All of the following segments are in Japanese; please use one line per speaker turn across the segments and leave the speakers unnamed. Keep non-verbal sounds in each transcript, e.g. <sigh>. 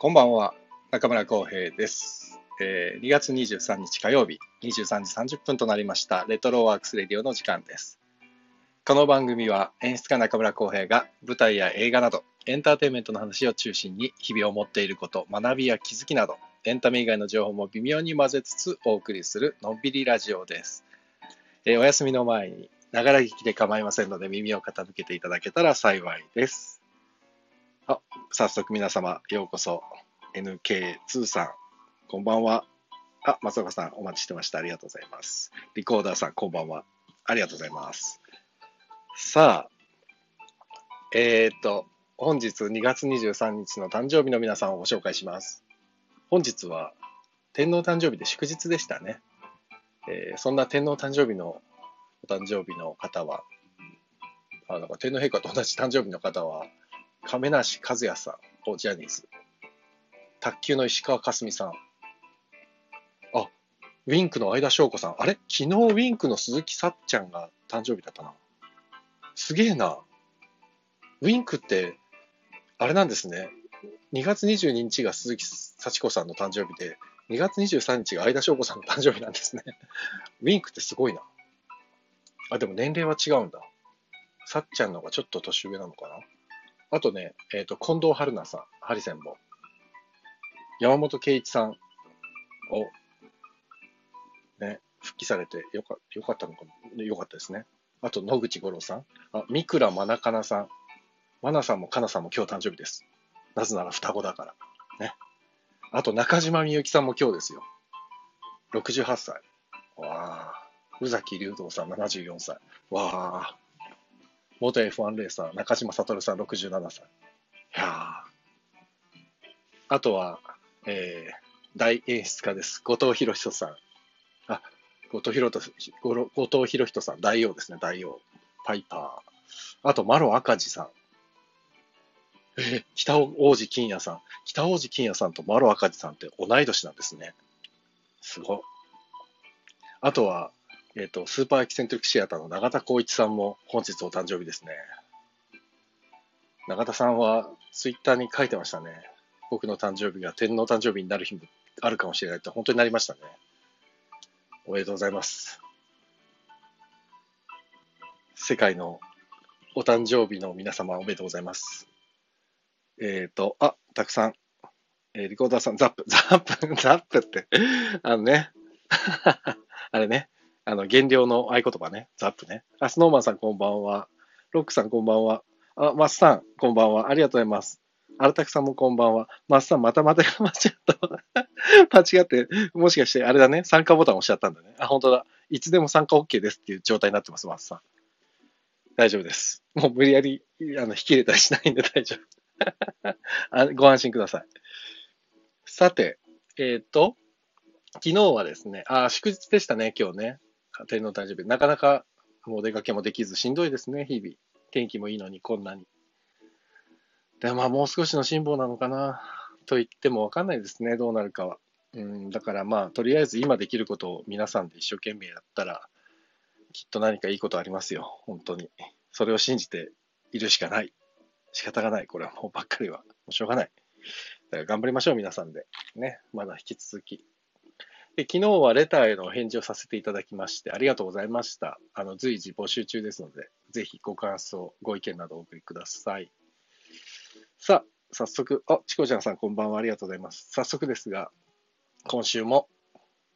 こんばんは、中村浩平です。えー2月23日火曜日、23時30分となりました、レトロワークスレディオの時間です。この番組は演出家中村浩平が舞台や映画など、エンターテインメントの話を中心に、日々思っていること、学びや気づきなど、エンタメ以外の情報も微妙に混ぜつつお送りするのんびりラジオです。えーお休みの前に、ながら聞きで構いませんので、耳を傾けていただけたら幸いです。早速皆様ようこそ NK2 さんこんばんはあ松岡さんお待ちしてましたありがとうございますリコーダーさんこんばんはありがとうございますさあえっ、と本日2月23日の誕生日の皆さんをご紹介します本日は天皇誕生日で祝日でしたね、えーそんな天皇誕生日のお誕生日の方はあなんか天皇陛下と同じ誕生日の方は亀梨和也さんをジャニーズ卓球の石川佳純さんあウィンクの相田翔子さんあれ昨日ウィンクの鈴木さっちゃんが誕生日だったなすげえなウィンクってあれなんですね2月22日が鈴木幸子さんの誕生日で2月23日が相田翔子さんの誕生日なんですね <laughs> ウィンクってすごいなあでも年齢は違うんださっちゃんの方がちょっと年上なのかなあとね、えっ、と、近藤春菜さん、ハリセンボン。山本圭一さんを、ね、復帰されてよかよかったのかな、よかったですね。あと、野口五郎さん。あ、三倉真中奈さん。真奈さんもかなさんも今日誕生日です。なぜなら双子だから。ね。あと、中島みゆきさんも今日ですよ。68歳。わあ。宇崎竜道さん74歳。わあ。元 F1 レーサー、中島悟さん67歳。いやーあとは、えー大演出家です。後藤博人さん。あ、後藤博人、ごろ後藤博人さん、大王ですね、大王。パイパー。あと、マロ赤字さん。えー北王子金也さん。北王子金也さんとマロ赤字さんって同い年なんですね。すごい。あとは、えっ、と、スーパーエキセントリックシアターの永田光一さんも本日お誕生日ですね。永田さんはツイッターに書いてましたね。僕の誕生日が天皇誕生日になる日もあるかもしれないって本当になりましたね。おめでとうございます。世界のお誕生日の皆様おめでとうございます。えっ、と、あ、たくさん。えーリコーダーさん、ザップ、 <laughs> ザップ、ザップって、あのね、 <laughs> あれね、あの、減量の合言葉ね、ザップね。あ、スノーマンさんこんばんは。ロックさんこんばんは。あ、マスさんこんばんは。ありがとうございます。アルタクさんもこんばんは。マスさんまたまた間違った。 <laughs> 間違って、もしかしてあれだね、参加ボタン押しちゃったんだね。あ、本当だ。いつでも参加 OK ですっていう状態になってます、マスさん。大丈夫です。もう無理やりあの引き入れたりしないんで大丈夫 <laughs> あ。ご安心ください。さて、えっ、と、昨日はですね、あ、祝日でしたね、今日ね。天皇誕生日、なかなかもうお出かけもできずしんどいですね、日々。天気もいいのにこんなに。でまあもう少しの辛抱なのかなと言ってもわかんないですね、どうなるかは。うん、だからまあとりあえず今できることを皆さんで一生懸命やったらきっと何かいいことありますよ、本当に。それを信じているしかない。仕方がない。これはもうばっかりは、もうしょうがない。だから頑張りましょう、皆さんで。ね、まだ引き続き。で昨日はレターへのお返事をさせていただきまして、ありがとうございました。あの随時募集中ですので、ぜひご感想、ご意見などお送りください。さあ、早速、あ、チコちゃんさん、こんばんは。ありがとうございます。早速ですが、今週も、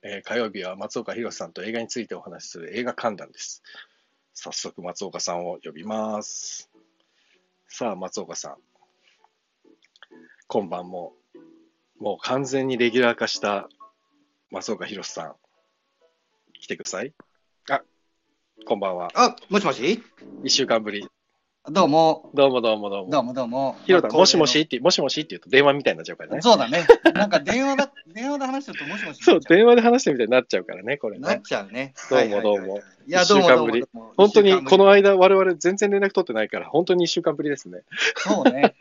えー火曜日は松岡弘さんと映画についてお話しする映画観覧です。早速、松岡さんを呼びます。さあ、松岡さん。今晩も、もう完全にレギュラー化した松岡弘さん、来てください。あ、こんばんは。
あ、もしもし
一週間ぶり。
どうも、
どうもどうもどうも。
どうもどうも。
ひろたん、
まあ
もしもしって、もしもしって言うと電話みたいになっちゃうからね。
そうだね。なんか電
<laughs>
話だ、電話で話してるともしもし。
そう、電話で話してみたいになっちゃうからね、これ
なっ
ね。
ちゃうね。
どう
はいは
もど
いはいう
も。
いや、どうもどうもどうも。
本当にこの
一
間、我々全然連絡取ってないから、本当に1週間ぶりですね。
週間ぶり。そうね。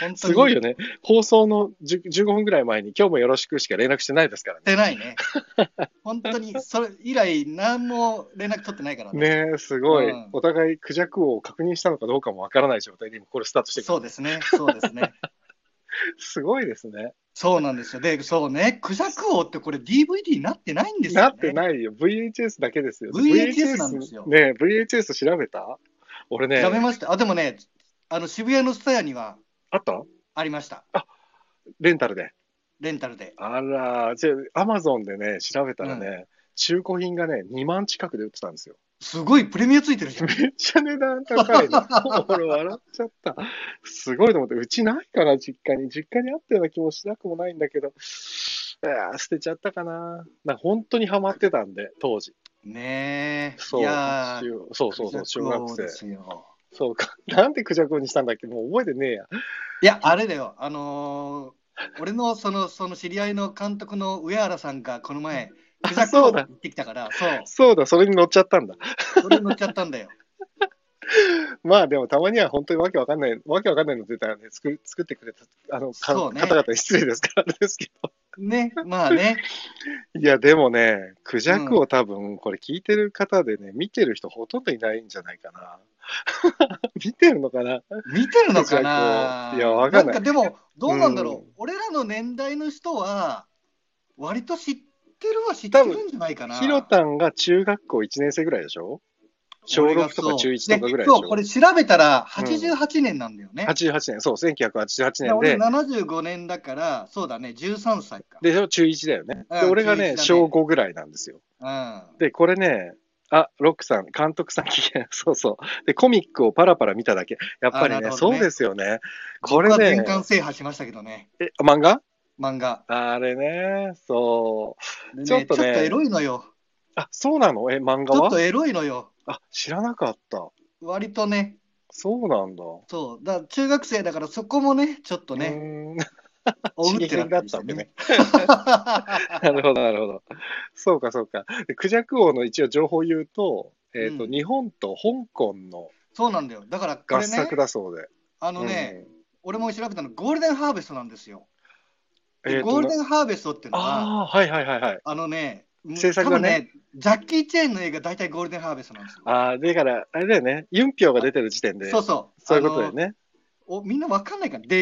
本当に。
すごいよ
ね。
ね。放送の10 15分ぐらい前に、今日もよろしくしか連絡してないですから
ってな
<laughs>
いね。本当に、それ以来、何も連絡取ってないからね。
ね。ねえ、すごい
うん。
お互い、クジャクを確認したのかどうかもわからない状態で、今これスタートしてる
そうですね。そうですね。
すごいですね。
そうなんですよ。で、そうね、クジャク王ってこれ DVD になってないんですよ、ね。
なってないよ。VHS だけですよ。
VHS なんですよ
VHS ねえ VHS 調べた俺ね、
やめました。あ、でもね、あの渋谷のスタヤには
あった
ありました。
レンタルで。
レンタルで。
あら、じゃアマゾンでね、調べたらね、中古品がね、2万近くで売ってたんですよ。
すごいプレミアついてるじ
<laughs>
ゃん。
めっちゃ値段高
<laughs>
いの。俺笑っちゃった。すごいと思って、うちないかな、実家に。実家にあったような気もしなくもないんだけど、あー捨てちゃったかな。なんか本当にハマってたんで、当時。
ねえ。
そう、
いやー
中そうそうそう、中学
クジャク王
生。
ですよ
そうか。 <laughs> なんでクジャク王にしたんだっけもう覚えてねえや。
いや、あれだよ。あのー俺のその、その知り合いの監督の上原さんがこの
<laughs>
前、クジャク
そ
王
うだ
行ってきたから、そう。
そうだ、それに乗っちゃったんだ。
それ乗っちゃった
<laughs>
んだよ。
まあでもたまには本当にわけわかんない、わけわかんないの出たらね、作る作ってくれたあの、か
そうね
方々に失礼ですからですけど。
ね、まあね。
いや、でもね、クジャクを多分、これ聞いてる方でね、見てる人ほとんどいないんじゃないかな。 <laughs> 見てるのかな
見てるのかな
クジャク王いやわかんない
なんかでも、どうなんだろ
う
う、
ん
俺らの年代の人は、割と知ってるは知ってるんじゃないかな。
ヒロタンが中学校1年生ぐらいでしょ小
俺が
6と
そう
か中1とかぐらいでし
そう、
ょ
これ調べたら88年なんだよね。
?88 年、そう、1988
だから
年
俺
で、
75年だから、そうだね、13歳か。
で、中1だよね。で、
うん
俺が
中
ね、
一だね
小5ぐらいなんですよ。
うん。
で、これね、あ、ロックさん、監督さん聞け、 <laughs> そうそう。で、コミックをパラパラ見ただけ。やっぱり
あ
ね、
なるほど
そ
ね
うですよね。これ
僕は
ね
全、巻制覇しましたけどね、
え漫画
漫画。
あれね、そう。
で
ちょっとね
ちょっとエロいのよ。
あ、そうなのえ、漫
ち
画
ょっと
は
エロいのよ。
あ、知らなかった。
割とね、
そうなんだ。
そう、だから中学生だからそこもね、ちょっとね、
<laughs> ね。
おうっ
刺
て
激
な
だ
っ
ってた
た
ん
ん
で
で
ね
ね。
なるほど、なるほど。そうか、そうか。でクジャク王の一応情報を言うと、えっ、と、
うん
日本と香港の
そうなんだよ。だからこ
合
れね
作、だそうで。
あのね、俺も調べたの、ゴールデンハーベストなんですよ。
うん、えっ
で
と
ゴールデンハーベストっていうのは、
ああ、はいはいはいはい。
あのね、
制作がね
多分ジャッキー・チェーンの映画、大体ゴールデンハーベストなんですよ。
ああ、だから、あれだよね、ユンピョウが出てる時点で、
そ
そう
そう。
ういうことだよ
あ
ね。
の。おみんなわかんないかな。で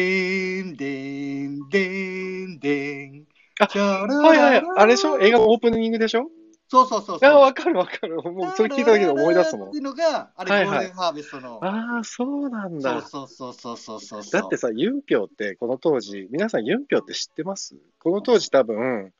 ーん、でーん、でーん、でーん。
あ
チャラララ
はいはい、あれでしょ映画のオープニングでしょ
そうそうそう
あ
そう。
あ、わかるわかる。もうそれ聞いただけで思い出すも
っ
ん
てい。うのが、あ
は
れ、
い
ゴ
はい
ールデンハーベストの。
ああ、そうなんだ。
そうそうそうそうそうそう。
だってさ、ユンピョウってこの当時、皆さんユンピョウって知ってますこの当時多分、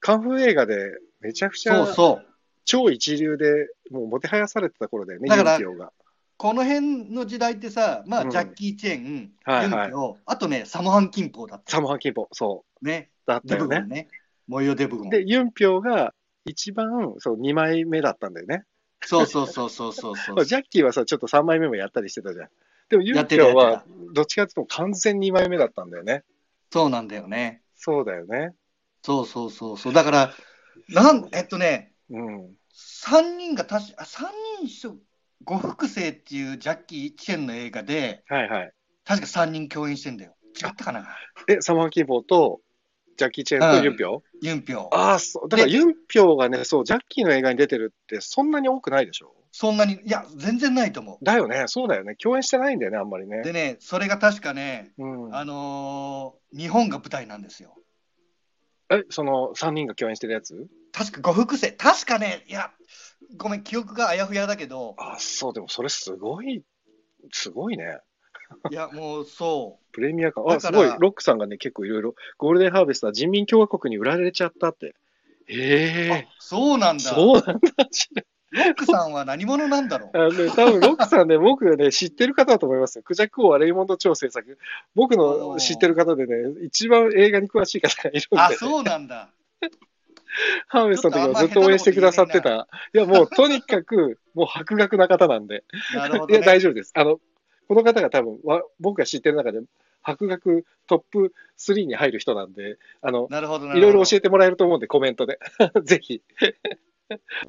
カンフー映画でめちゃくち
そ
ゃ
うそう。
超一流で、もうもてはやされてた頃だよね、ユ
だ
ン
から
ピョウが。
この辺の時代ってさ、まあ、
うん
ジャッキー・チェーン、
はい
ユ
はい
ンピョウあとね、サモハン・キンポーだった
サモハキンポ、そう、
ね。
だった
デ
よ
ブゴン
ね。
ね。モイオ・デブゴン。
で、ユンピョウが一番、そう、2枚目だったんだよね。
そうそうそうそうそう
<laughs>
そ
まあ
う。
ジャッキーはさ、ちょっと3枚目もやったりしてたじゃん。でも、ユ
や
ー
っ
ピ
てた
ョ
や
は
って、
どっちかっていうと完全に2枚目だったんだよね。
そうなんだよね。
そうだよね。
そうそうそうそう。だから、なん、えっとね、
うん。
3人が確か、あ3人一緒、五福星っていうジャッキー・チェンの映画で、
はいはい。
確か3人共演してんだよ。違ったかな
で、サマーキーボーと、ジャッキー・チェーン
う
と
ん
ユンピョウ、
ユンピョウ。
ああ、そう。だから
で
ユンピョウがね、そう、ジャッキーの映画に出てるってそんなに多くないでしょ
そんなに、いや、全然ないと思
だよね。そうだよね。共演してないんだよね、あんまり
う。
ね。
でね、それが確かね、
うん。
あのー日本が舞台なんですよ。
え、その3人が共演してるやつ
確か五福星、確かね、いや、ごめん、記憶があやふやだけど、
ああ、そう。でもそれすごい、すごいね。
いや、もうそ
プレミア感。あ、
だ
す
から
ごい。ロックさんがね、結構いろいろ、ゴールデンハーベストは人民共和国に売られちゃったって。
う、
ええ
あそうなんだ、ロ
そうなんだ。
ックさんは何者なんだろ
あのね、多分ロックさんね、 <laughs> 僕がね、知ってる方だと思いますよ。クジャク王はレイモンド超制作。僕
お
の
ー
知ってる方でね、一番映画に詳しい方がいるんで
う、あ、
ね、
そうなんだ、
ハーベストの時はずっと応援してくださってた。いや、もうとにかく、 <laughs> もう博学な方なんで。
なるほ
い
ど、
や、
ね、
大丈夫です。あの、この方が多分、わ僕が知ってる中で、博学トップ3に入る人なんで、あの、
なるほど、
いろいろ教
え
えてもらえると思うんで、コメントで。 <laughs> ぜひ、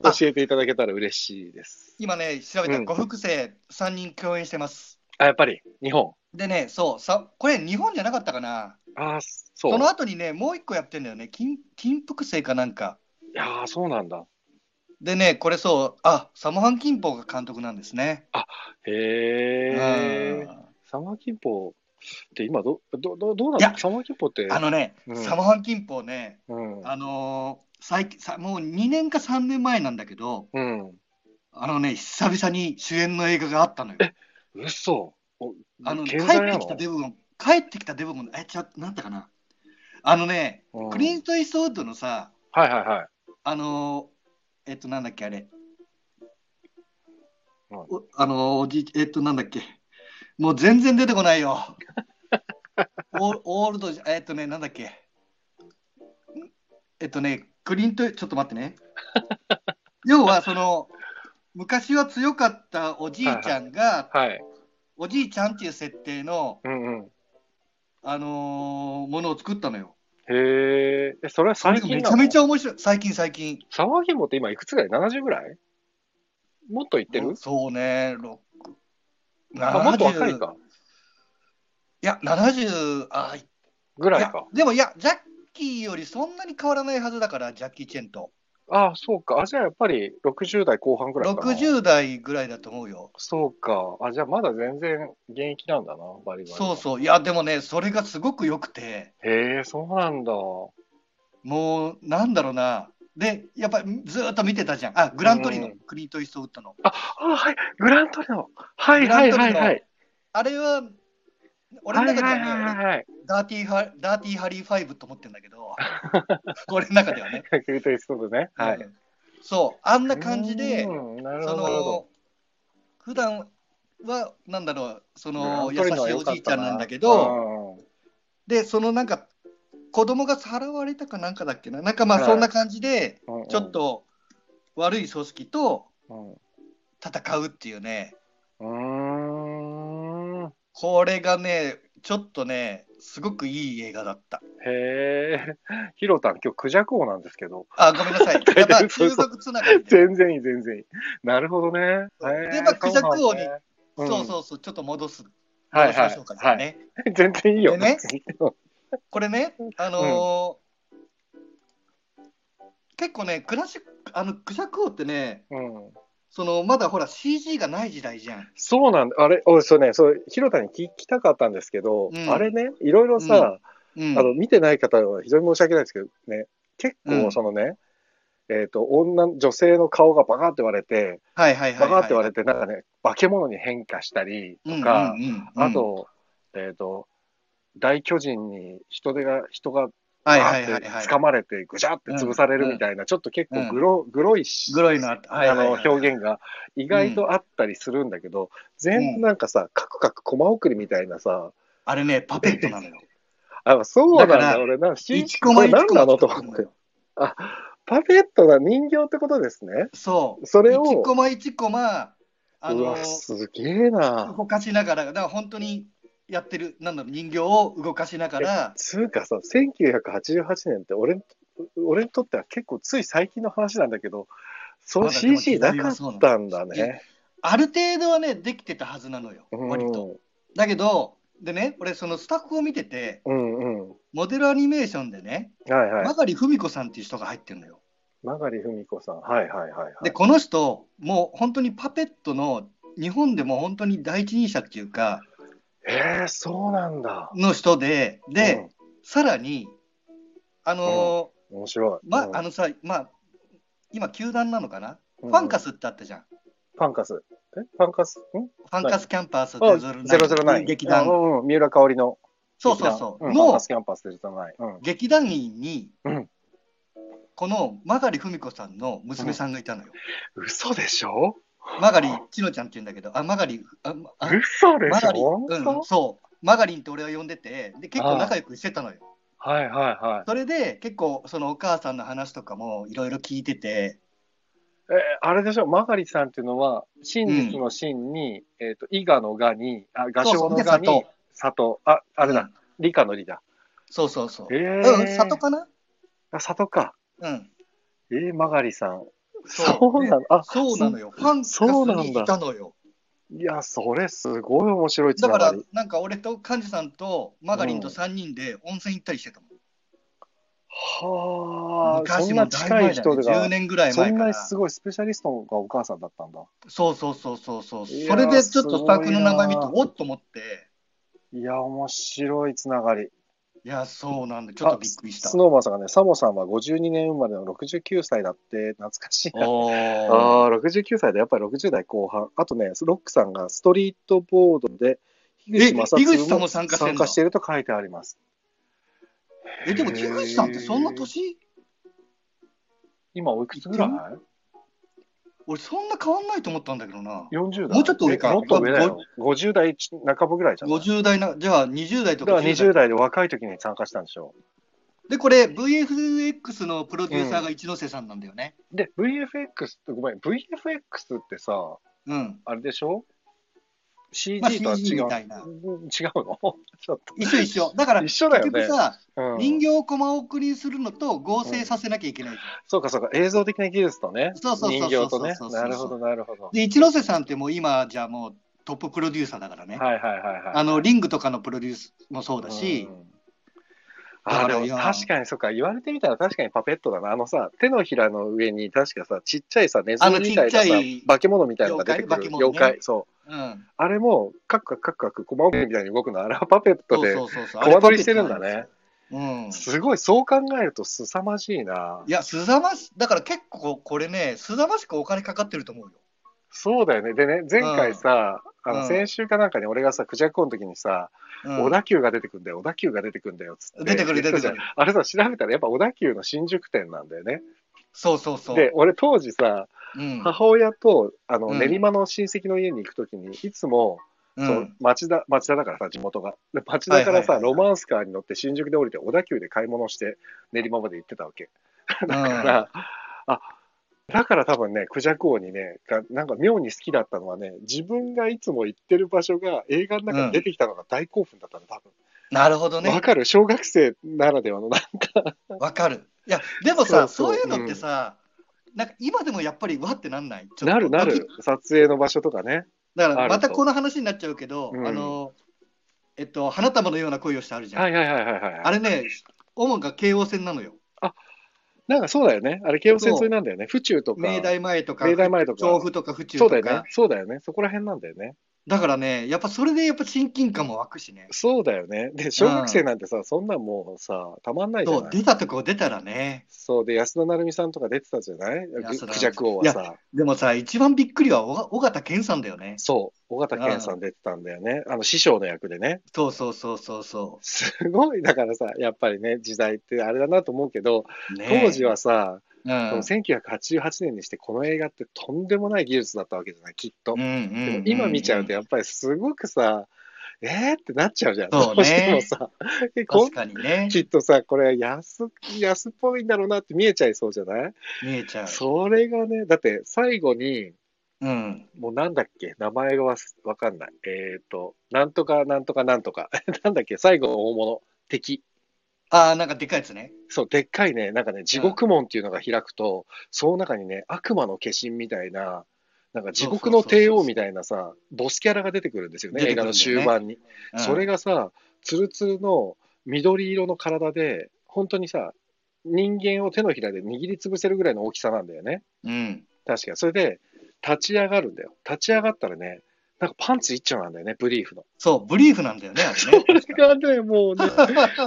あ
教えていただけたら嬉しいです。
今ね、調べた
うん
ら五福星3人共演してます。
あ、やっぱり、日本。
でね、そう、さこれ、日本じゃなかったかな、
ああ、そう。
その後にね、もう一個やってんだよね、金金福星かなんか。
いやー、そうなんだ。
でね、これそう、あサモハン・キンポーが監督なんですね。
へえ
う。ん
サマーキンポで、今ど、ど、どどう
い
なの
や
サマーキュポって、
あのね、
うん
サマハンキンポね、
うん。
あのー最近さもう2年か3年前なんだけど、
うん。
あのね、久々に主演の映画があったのよ。
嘘お
あの帰
健在
っ
な
てきたデブゴン、帰ってきたデブゴン、え、ちょっと、なんだかな。あのね、
うん
クリント・イーストウッドのさ、
はいはいはい。
あのーえっと、なんだっけ、あれ。
うん
おあのーおじ、えっと、なんだっけ。もう全然出てこな
<laughs>
いよ。オールオールドじゃ、えっとね、なんだっけ。んえっとね、クリント、ちょっと待っ
<laughs>
てね。要は、その、昔は強かったおじいちゃんが、
はい。
おじいちゃんっていう設定の、
うんうん。
あのーものを作ったのよ。
へえ。え、それは
それ
最近
がめち
な
ゃ
の
めちゃ面白い。最近、最近。
サマーキュポって今いくつぐらい ?70 ぐらいもっといってる
そうね、六。
あ、もっと若いか。
いや、70、あ、い
ぐらい
や
か。、
でもいや、ジャッキーよりそんなに変わらないはずだから、ジャッキー・チェンと。
あ、そうか。あ、じゃあやっぱり60代後半ぐらいかな。
60代ぐらいだと思うよ。
そうか。あ、じゃあまだ全然現役なんだな、バリバリ。
そうそう、いや、でもね、それがすごく良くて、
う。へえ、そうなんだ。
もう、なんだろうな、で、やっぱりずーっと見てたじゃん、あグラントリーの
うん
クリート・イーストウッドの。
あ、あはい。グラントリノ。はいはいはいはい。
あれは、俺
は
の
い
中で
は
はいね、
はいはい。 <laughs>
ダーティーハダーティーハリー5と思ってるんだけど、俺の中ではね。
クリートイーストウッドね。はい。
うんそう、あんな感じで、
うんなるほ
そ
どなるほど。
の普段はなんだろうその
グ
優
ラント
し
リノはい良
お
か
じ
っ
いち
た
ゃんなんだけ
う
ど、
ん
でそのなんか子供がさらわれたかなんかだっけななんかま
は
あ
い
そんな感じで
うんうん
ちょっと悪い組織と
うんう
戦うっていうね
ーん。
これがねちょっとねすごくいい映画だった
へえ。ヒロタン、今日クジャク王なんですけど。
あごめんな
<laughs>
さいやっぱ中国つながりで
全然いい、全然いい。なるほどね。へえ
でまあクジャク王
そうなんだ
にそう
ね
そうそうちょっと戻す
はい
戻しましょうか
はい
ね、
うん全然いいよ。
でね
別にうん
これね、あのー結構ね、クラシック、あの、クジャク王ってね、
うん。
その、まだほら CG がない時代じゃん。
そうなんだ。あれ、おいそうね、そう、ヒロタンに聞きたかったんですけど、
うん
あれね、いろいろさ、
うん
あの、見てない方は非常に申し訳ないですけどね、結
う
構
ん
そのね、えっと、女、女性の顔がバカって割れて、
はいはいは
バ
い、
カ
はい。
って割れて、なんかね、化け物に変化したりと
うん
か、
うんうんうん
あ、と、えっ、と、大巨人に人手が、人が
はい
バ
は
ー
い
って
はいはい。
掴まれて、ぐしゃって潰されるみたいな、ちょっと結構グロ,、グロいし、
グロいのあった。はいはい、はい。
あの表現が意外とあったりするんだけど、全
うん
なんかさ、カクカクコマ送りみたいなさ、
あれね、パペッ
<laughs>
トなのよ。
あそうなんだ、
だから
俺なんか、し
1コマ
これ
1
何
コ
な
マ
のと
作
思っ
るの
て
よ。
あ、パペットが人形ってことですね。
そう。
それを
1コマ1コマ、あ
う
の
わ、
ー
すげえな。
動かしながら、だから本当にやってる、なんだろう、人形を動かしながら、
つうかさ、1988年って俺に、俺にとっては結構つい最近の話なんだけど、その
まだでも
CG
時
な
代
か
は
っ
そうなの
たんだね。
ある程度はね、できてたはずなのよ、割と。だけど、でね、俺、そのスタッフを見てて、
うんうん。
モデルアニメーションでね、
はいはい。
曲文子さんっていう人が入ってるのよ。
曲文子さん。はいはいはい、はい。
で、この人、もう本当にパペットの、日本でも本当に第一人者っていうか、
えー、そうなんだ。
の人で、で、さらに、あの
うん、面白い。
ーま
う、ん
あのさ、まあ、今、球団なのかな、
うん
ファンカスってあったじゃん。
ファンカス。えファンカスん
ファンカスキャンパース
あ、
009
009。
劇
あう
団。
んうん、三浦香織の
そう
劇
そ
団。
うそう。
んファン
の
カスキャンパス009。うん。
劇団員に、
うん
この曲文子さんの娘さんがいたのよ。
嘘でしょ
マガリン、チノちゃんって言うんだけど、あ、マガリン、あ、まあ
嘘で
マ
し
ガリン、
ょ
うん、そう、マガリンって俺は呼んでて、で、結構仲良くしてたのよ。
はいはいはい。
それで、結構、そのお母さんの話とかもいろいろ聞いてて、
えーあれでしょ、マガリさんっていうのは、真実の真に、えっ、と、伊賀の賀に、あ、画
そう
商
そう
の
で
賀に、
里
里、あ、あれ
う
だ
ん、
理科の理だ。
そうそうそう。
えー、
うん、里かな
あ里か。
うん。
えー、マガリさん。
そう
そうなのあ、
そうなのよ。ファンカス
そうなん
に
だ
いたのよ。
いや、それすごい面白いつ
だ
な
か
が
ら
り。、
なんか俺と幹事さんとマガリンと
うん
3人で温泉行ったりしてたもん。
はあ、そ
昔
ん
も
な
大
近い
前だ
人
よね、
が
10、年ぐらい
そ
前
ん
か
な
ら。
すごいスペシャリストがお母さんだったんだ。
そうそうそうそうそう。
いやー
それでちょっとスタッフの名前見て
す、ごい
おっと思って、
いや、面白いつながり。
いや、そうなんだ。ちょっとびっくりした
あス。ノーマンさんがね、サモさんは52年生まれの69歳だって、懐かしいな。
おー。
ああ、69歳でやっぱり60代後半。あとね、ロックさんがストリートボードで、樋口
え
正
樋口さん
嗣
も
も参
参加してんの
加していると書いてあります。
え、でも、樋口さんってそんな年
今おいくつぐらい
俺、そんな変わんないと思ったんだけどな。
?40 代。
もうちょっと上か
えもっと上だよ。50代半ばぐらいじゃない
50代な、じゃあ20代と
だ
か
から
10
20代で若い時に参加したんでしょ
で、これ、VFX のプロデューサーが一ノ瀬さんなんだよね。
う。で、VFX って、ごめん、VFX ってさ、
うん。
あれでしょ
まあ、
?CG とは違
CG
う。
みたいな。
うん違うの <laughs> ちょっと。
一緒一緒。だから、
一緒だよね
結局さ、
うん
人形を駒送りするのと合成させなきゃいけない。
そうかそうか、映像的な技術とね、
そうそうそうそう
人形とね
そうそう、そう
なるほど、なるほど。
で、一ノ瀬さんってもう今、じゃあもうトッププロデューサーだからね。
はいはいはいはい。
あの、リングとかのプロデュースもそうだし、
うんあ
だ
で
から
も
いや
確かにそうか言われてみたら確かにパペットだなあのさ手のひらの上に確かさちっちゃいさネズミみたいなさ
あのちっちゃい
化け物みたいなのが出てくる
妖怪化け
妖怪
物ね
そう
うん。
あれもカクカクカクカクコマ送りみたいに動くのあれはパペットで
うそうそ
小躍りしてるんだね。
あれパペットなんですよ
すごいそう考えると凄まじいな
うん。いや、すざまし、だから結構これね、すざましくお金かかってると思うよ。
そうだよねでね前回さ、
うん
あ
うん
の先週かなんかに俺がさクジャクの時にさ、
うん
小田急が出てくんだよ、小田急が出てくんだよ、つって。
出てくる出てくる。
あれさ、調べたらやっぱ小田急の新宿店なんだよね。
そうそうそう。
で、俺当時さ、
うん、
母親とあの、
うん
練馬の親戚の家に行くときに、いつも、
う、
そうん町田、町田だからさ、地元が。で町田からさ、
はいは
ロ
いはいはい
マンスカーに乗って新宿で降りて、小田急で買い物して、練馬まで行ってたわけ。
だ
だから、あ、だから多分ね、クジャク王にね、がなんか妙に好きだったのはね、自分がいつも行ってる場所が映画の中に出てきたのが大興奮だったの、多分。
なるほど
わ
ね。
かる小学生ならではのなんか、
わかる。いや、でもさ、そ
そううそう
いうのってさ、なんか今でもやっぱりわってなんないちょっと
なるな
ドキッ
る、撮影の場所とかね。
だから
ある
またこの話になっちゃうけど、
うん
あの、えっと、花束のような恋をしてあるじゃん。
はいはいはいはい。
あ
はい
れね、主が京王線なのよ。
なんかそうだよね。あれ、京王線沿いなんだよね。府中とか。
明大前とか、
明大前とか
調布とか府中
そ
と
う
か
だよね。そうだよね。そこら辺なんだよね。
だからね、やっぱそれでやっぱ親近感も湧くしね。
そうだよね。で、小学生なんてさ、そんなんもうさ、たまんないじゃ
そう
な、い。
出たとこ出たらね。
そうで、安田成美さんとか出てたじゃない
安田成美
クジャク王はさ。
でもさ、一番びっくりは尾が尾形健さんだよね。
そう、尾形健さん出てたんだよね。あの、師匠の役でね。
そうそうそうそうそ
すごい、だからさ、やっぱりね、時代ってあれだなと思うけど、
う。ね
当時はさ、
うん、
でも1988年にしてこの映画ってとんでもない技術だったわけじゃないきっと、
うんうんうん
で
うん
も今見ちゃうとやっぱりすごくさ、えーってなっちゃうじゃん
そうね
どうしてもさえこ
確かにね
んきっとさこれ安安っぽいんだろうなって見えちゃいそうじゃない、
見えちゃう、
それがねだって最後に
うん、
もうなんだっけ名前がわすわかんないえっ、ー、となんとかなんとかなんとか <laughs> なんだっけ最後の大物敵
ああなんかでかいやつね
そうでっかいね、なんかね、地獄門っていうのが開くと、その中にね、悪魔の化身みたいな、なんか地獄の帝王みたいなさ、ボスキャラが出てくるんですよね、
出て
映
く
画
る
の
んだよね
終盤に。
うん
それがさ、ツルツルの緑色の体で、本当にさ、人間を手のひらで握りつぶせるぐらいの大きさなんだよね、
うん
確か。それで、立ち上がるんだよ。立ち上がったらね、なんかパンツ一丁なんだよね、ブリーフの。
そうブリーフなんだよねあ
そ
れ
れ
ね
がね、もう <laughs> ね、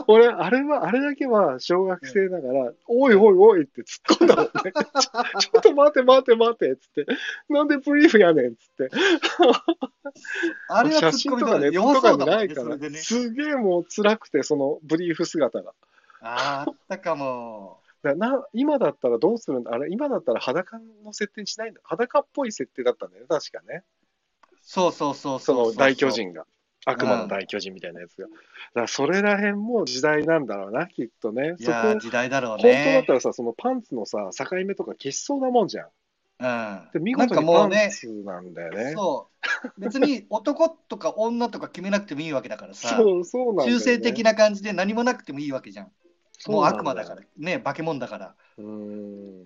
俺、あれは、あれだけは小学生ながら、おいおいおいって突っ込んだ <laughs> もんね。ちょちょっと待て待て待てっつって、なんでブリーフやねんっつって。
あれは
写
ツッ
真
コミ
と
と
か
か
ネット
弱
と
そ
か
う
に
だも
なんい
ね
か
そ
ら
れ、でね
すげえもう辛くて、そのブリーフ姿が。
あーあったかも
だな今だったらどうするんだあれ、今だったら裸の設定にしないんだ。裸っぽい設定だったんだよね、確かね。
そうそうそう
そうの
う
大巨人が。悪魔の大巨人みたいなやつが。だからそれら辺も時代なんだろうな、きっとね。
い
そこ
やー時代だろ
本
う
当だっ
ね
たらさ、そのパンツのさ、境目とか消しそうなもんじゃん。
うん
で、見
なん
事
か
に
も
パ
う
ン
ね
ツなんだよね。
そう別に男とか女とか決めなくてもいいわけだからさ
そう、そうなんだよ、ね。。
中性的な感じで何もなくてもいいわけじゃんもう悪魔だかららね化け物だから
うーん。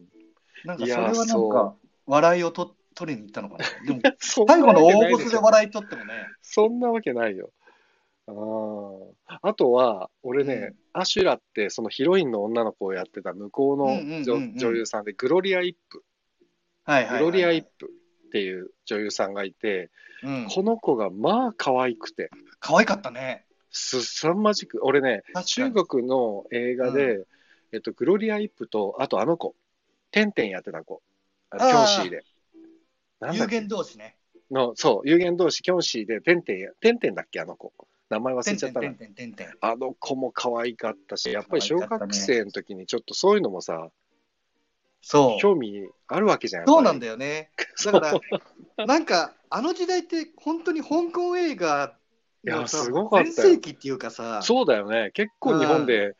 なんかそ
い
れ
や
はなんか
そ
笑いをと取りに行ったのかな。でも
そんな
最後の
わけな
大
い
ボ
で
ス
し
で
ょ
笑い取ってもね。
そんなわけないよ。あああとは、俺ね、アシュラって、そのヒロインの女の子をやってた向こう
うんうん
のじょ
うんうん
女優さんで、グロリア・イップ、
はいはい、は
グ
い。
ロリア・イップっていう女優さんがいて、
うん。
この子がまあ可愛くて、
可愛かったね。
すさまじく、俺ね、
確か
中
に
国の映画で、えっと、グロリア・イップと、あとあの子、てんてんやってた子、あの
あー
キョンシーで。なんだ
有
っけ
限同士ね。
の、そう、有限同士、キョンシーで、てんてんや、てんてんだっけ、あの子。名前忘
て
れ
ん
ちゃ
て
っ
ん
た
て
な。
んてんてんてん。
あの子も可愛かったし、やっぱり小
可愛かったね
学生の時にちょっとそういうのもさ、
そう。
興味あるわけじゃん。
そうなんだ
よ。
よね。だから、なんか、あの時代って本当に香港映画
い
の
や
さ
すごかったよ
全盛期っていうかさ、
そうだよね。結構日本で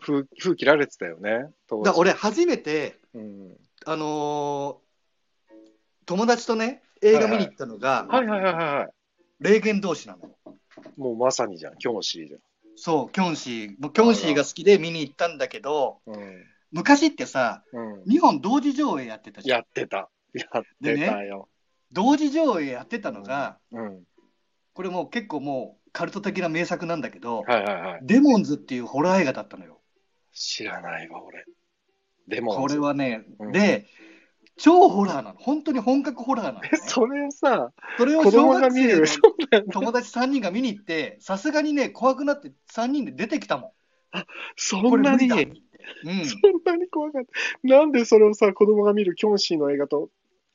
風風切られてたよね。当時
だから俺初めて、
うん、
あのー友達とね、映画見に行ったのが、
はいはいはいは
霊言同士なの。
い。もうまさにじゃん、キョンシーじ
そう、キョンシー。もうキョンシーが好きで見に行ったんだけど、
ゃん。
昔ってさ、
うん。うん、
日本同時上映やってたじゃん。
やってた。やってたよ。
同時上映やってたのが、
うん。
これもう結構もうカルト的な名作なんだけど、
はいはいはい。
デモンズっていうホラー映画だったのよ。
知らないわ、俺。でも、
これはね、
うん。
で、超ホラーなの。本当に本格ホラーなの、ね
<laughs> それをさ、
それを
子
小
供が
学
見
生
る。
の
そうだよね。
友達3人が見に行って、さすがにね、怖くなって3人で出てきたもん。
そんなに、そ
こ
ん
れ無理だうん。
なに怖かった。なんでそれをさ、子供が見るキョンシーの映画と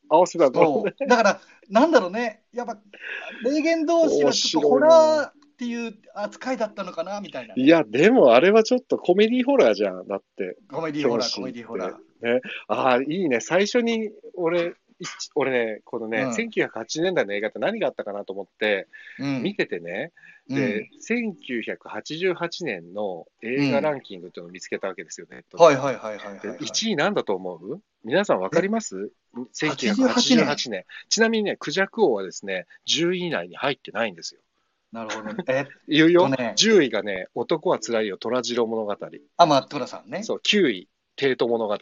合わせたの
そう。だから、なんだろうね、やっぱ、霊言同士のちょっとホ
面白いな
ラーっていう扱いだったのかな、みたいな。
いや、でもあれはちょっとコメディホラーじゃん。だって。
コメディーホラ
教
ー、
師
コメディーホラー。
ああ、いいね。最初に俺、一俺ね、このね、
うん
1980年代の映画って何があったかなと思って、
うん
見ててね、
うん
で、1988年の映画ランキングっていうのを見つけたわけですよね。
はいはいはいはいはい
で
はい。
1位なんだと思う皆さんわかります
88
?1988 年。ちなみにね、クジャク王はですね、10位以内に入ってないんですよ。
なるほどね。え、
言う
え
よ、
っとね
10位がね、男はつらいよ、虎次郎物語。
アマトラさんね。
そう、9位、帝都物語。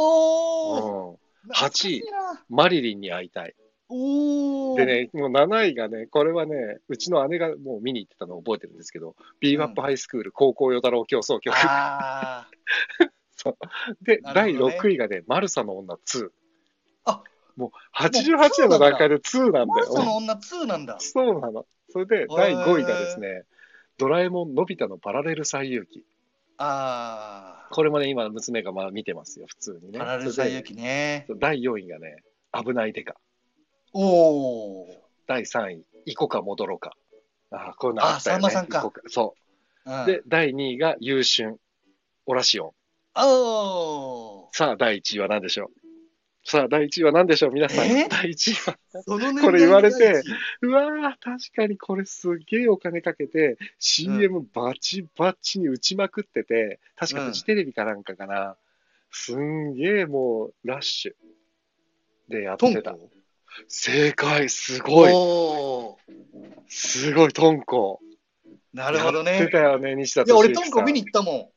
おー
うん、
懐かしいな
マリリンに会いたい。
おー
でね、もう7位がね、これはね、うちの姉がもう見に行ってたのを覚えてるんですけど、ビーバップハイスクール高校与太郎競争曲。
あー
そうで、
な
第
るほどね
6位がね、マルサの女2。
あ
もう88年の段階で2なん
マ
だ
ルサの
よ。
女2なんだ。
そうなの。それで、第5位がですね、ドラえもんのび太のパラレル最遊記。
あ
これもね、今、娘がまあ見てますよ、普通に
ー。
ね。
パラレル最遊記ね
そ。れで第4位がね、危ないデカ。
おー。
第3位、イコか戻ろうか。ああ、こういうの
あ
あったよ、ね。
さんまさんか
イコかそう。
うん
で、、第2位が優春、オラシオン。
おー。
さあ、第1位は何でしょうさあ、第1位は何でしょう皆さん。
え
第1位は。 <laughs>
その年代
これ言われて
第一位
うわー、確かにこれすげえお金かけて、CM バチバチに打ちまくってて、確かフジテレビかなんかかな。すんげえもう、ラッシュ。で、やっ
ト
て
ン
た。
コ
正解すごい
おー
すごい、トンコ。
なるほど
やって
ね
た。よね、西田
いや、
敏
俺、
行
ト
さん
ンコ見に行ったも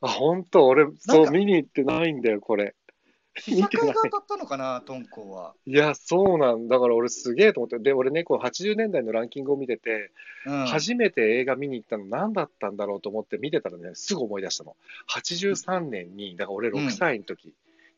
あ、本当俺、そ
なん
う、
か
見に行ってないんだよ、これ。
ん。試写会が当たったのかな、トンコは。
いや、そうなんだ。から俺すげえと思って。で、俺ね、この80年代のランキングを見てて、
うん、
初めて映画見に行ったの何だったんだろうと思って見てたらね、すぐ思い出したの。83年に、だから俺
うん
6歳の時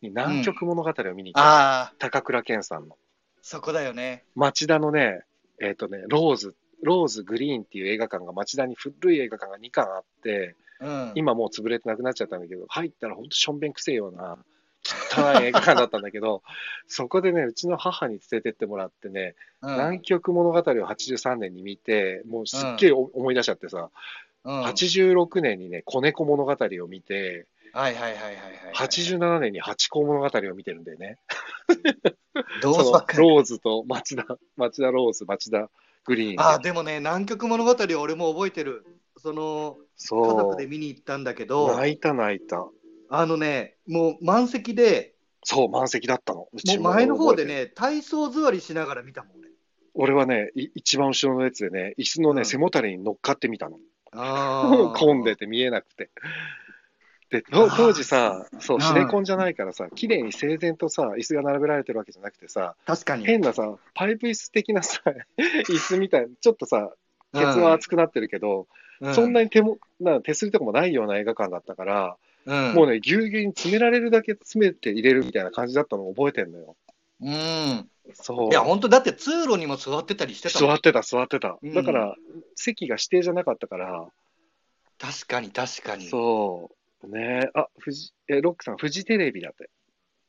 に南極物語を見に行ったの。
ああ、
高倉健さんの。
そこだよね。
町田のね、えっ、とね、ローズ、ローズグリーンっていう映画館が町田に古い映画館が2館あって、
うん、
今もう潰れてなくなっちゃったんだけど、入ったら本当しょんべんくせえような、汚い映画館だったんだけど、 <laughs> そこでね、うちの母に連れてってもらってね、
うん
南極物語を83年に見て、もうすっげえお思い出しちゃってさ、
うん、はい
86年にね、子猫物語を見て、
はいはいはいはいはい。
87年に八甲物語を見てるんだよね。
どう
そ
すばっか
の
り。
ローズと町田、町田ローズ、町田グリーンで。
ああ、でもね、南極物語、俺も覚えてる。その、家
そ
族で
う。
見に行ったんだけど、
泣いた泣いた。
あのね、もう満席で、
そう、満席だったの。う
もう
ちも
前の方
覚
で
えてる。
ね、体操座りしながら見たもん、
俺
俺。
はね、い一番後ろのやつでね、椅子のね、
うん
背もたれに乗っかってみたの。
あ
<laughs>
あ。
混んでて見えなくて。で、と
あー
当時さ、そうう、
ん
シネコンじゃないからさ、綺麗に整然とさ、椅子が並べられてるわけじゃなくてさ、
確かに。
変なさ、パイプ椅子的なさ、 <laughs> 椅子みたいな、ちょっとさ、ケツは厚くなってるけど、
う
そんなに手も、な手すりとかもないような映画館だったから、
うん
もうね、ぎゅうぎゅうに詰められるだけ詰めて入れるみたいな感じだったのを覚えてんのよ。
うん。
そう。
いや、本当だって通路にも座ってたりしてたも
座
ん。
ってた、座ってた。
うん
だから、席が指定じゃなかったから、
確かに、確かに。
そう。ねあ、フジ、え、ロックさん、フジテレビだって。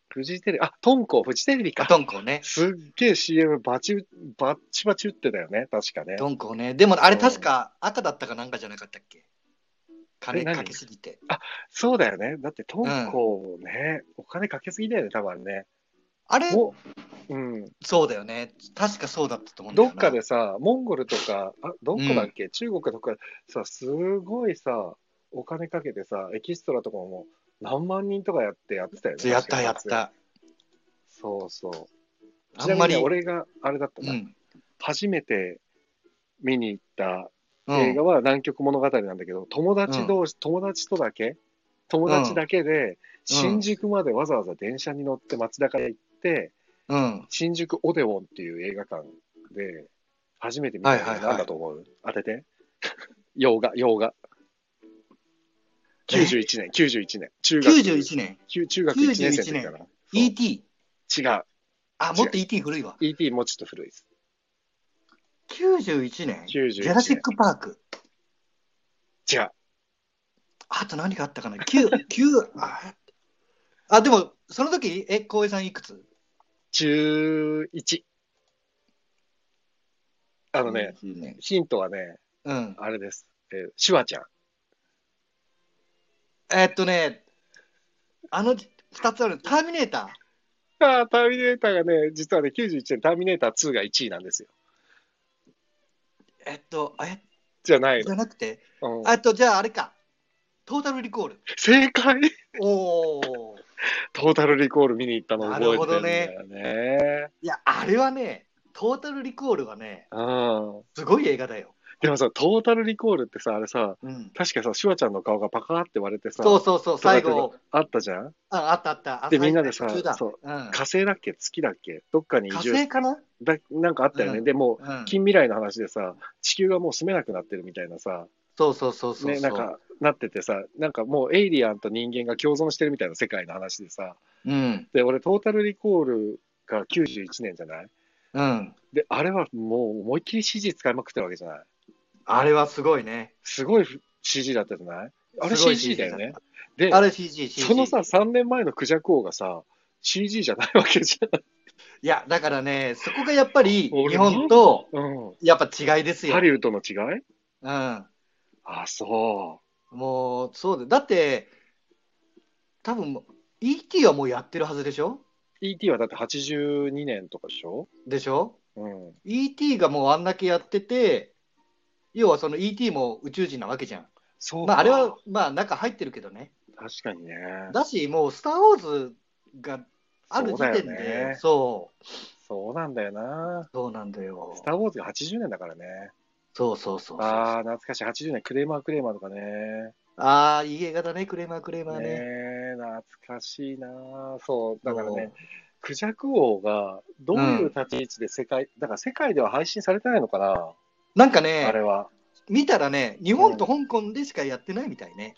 フジテレビ、あ、トンコ、フジテレビ
あ
か。
トンコね。
すっげえ CM バチ打、バッチバチ打ってたよね、確かね。
トンコね。でも、あれ確か赤だったかなんかじゃなかったっけ金
え何
かけすぎて。
そうだよね。だって、トンコね、お金かけすぎだよね、多分ね。
あれ、
もう、うん。
そうだよね。確かそうだったと思うんだ
ど
よ
っ
な
かでさ、モンゴルとか、あどこだっけ、中国とか、さ、すごいさ、お金かけてさ、エキストラとかも何万人とかやってやってたよね。
やった、やっ
確かに。
た。
そうそう。
あ
ちなんみ
ま
に
り。
ね、俺があれだった
う
な、
ん。
初めて見に行った
うん
映画は南極物語なんだけど、友達同士、友達とだけ、友達だけで、新宿までわざわざ電車に乗って街中へ行って、
うん。
新宿オデオンっていう映画館で、初めて見た
はい
の
はいはい
なんだと思う、当て <laughs> て。洋画、洋画。91年、91年。中学
91年。
中中学1年生の時かな。そう
E.T.
違う。
あ、もっと E.T. 古いわ。
ET もうちょっと古いです。
91年。ジ
91
ュラシッ
年。
ク・パーク。
違う。
あと何があったかな <laughs> ?9、9、あ、あでも、その時、え、浩平さんいくつ
中1。あ
あ
のね、。
91年
ヒントはね、
うん。
あれです。えーシュワちゃん。
えっとね、あの、2つある、ターミネーター。
あーターミネーターがね、実はね、91年、ターミネーター2が1位なんですよ。
えっと、え、
じゃない
じ
の。
ゃなくて、
うん
えっと、じゃああれか。トータルリコール。
正解
おお。
トータルリコール見に行ったの覚えてるんだよね。
いや、あれはね、トータルリコールはね、
うん。
すごい映画だよ。
でもさ、トータルリコールってさ、あれさ、
うん。
確かさ、シュワちゃんの顔がパカーって割れてさ、
そうそうそう、最
と
後。
あったじゃん
ああったあった。あ
で
最後
みんなでさ
途中だ
そう
うん、
火星だっけ月だっけどっかに移
火
住
星かな、
だなんかあったよね。
うん
でもう
うん、
近未来の話でさ、地球がもう住めなくなってるみたいなさ、
そうそうそうそうそう。
ね、なんか、なっててさ、なんかもうエイリアンと人間が共存してるみたいな世界の話でさ、
うん。
で、俺、トータルリコールが91年じゃない
うん。
で、あれはもう思いっきり CG 使いまくってるわけじゃない
あれはすごいね。
すごい CG だったじゃないあれ
すごい
CG だよね
だっ。
で
た。あ、れ CG、CG。
そのさ、3年前のクジャク王がさ、CG じゃないわけじゃん。
いや、だからね、そこがやっぱり
俺
日本と
う
やっぱ違いです
ん。
よ
ハ。リウッドの違い
うん。
あ、そ
もう、そうだ。だって、多分もう ET はもうやってるはずでしょ
う。ET はだって82年とかでしょ
でしょ
うん。
?ET がもうあんだけやってて、要はその ET も宇宙人なわけじゃん。
そうか
まあ、あれは、まあ、中入ってるけどね。
確かにね。
だし、もう、スター・ウォーズがある時点で、
そ
そうう,、
だよね
そう、
そうなんだよな。
なんだよ。
スター・ウォーズが80年だからね。
そうそうそうそう。
ああ、
あ
懐かしい。80年、クレーマークレーマーとかね。
あー、いい映画だね、クレーマー、クレーマー
ね
ね。
え懐かしいな。そう、だからね
そ、
クジャク王がどういう立ち位置で世界、だから世界では配信されてないのかな、
うなんか
あれ
ね、
は。
見たらね、日本と香港でしかやってないみたいね。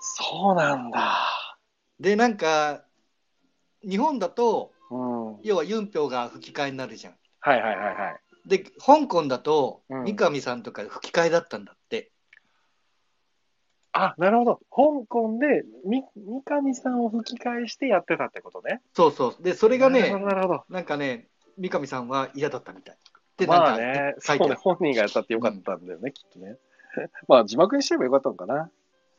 そうなんだ。
で、なんか、日本だと、
うん。はい
要はユンピョウが吹き替えになるじゃん。
はいはいはい。
で、香港だと、
うん
三上さんとか吹き替えだったんだって。
あ、なるほど。香港でみ三上さんを吹き返してやってたってことね。
そうそう。で、それが
なるほ
ね
ど、なるほど。
なんかね、三上さんは嫌だったみたい。で、なん
ま
か
あね、そ
書
う
いてあ
ね、
る。
本人がやったってよかったんだよね、きっとね。 <laughs> まあ、字幕にしてればよかったのかな。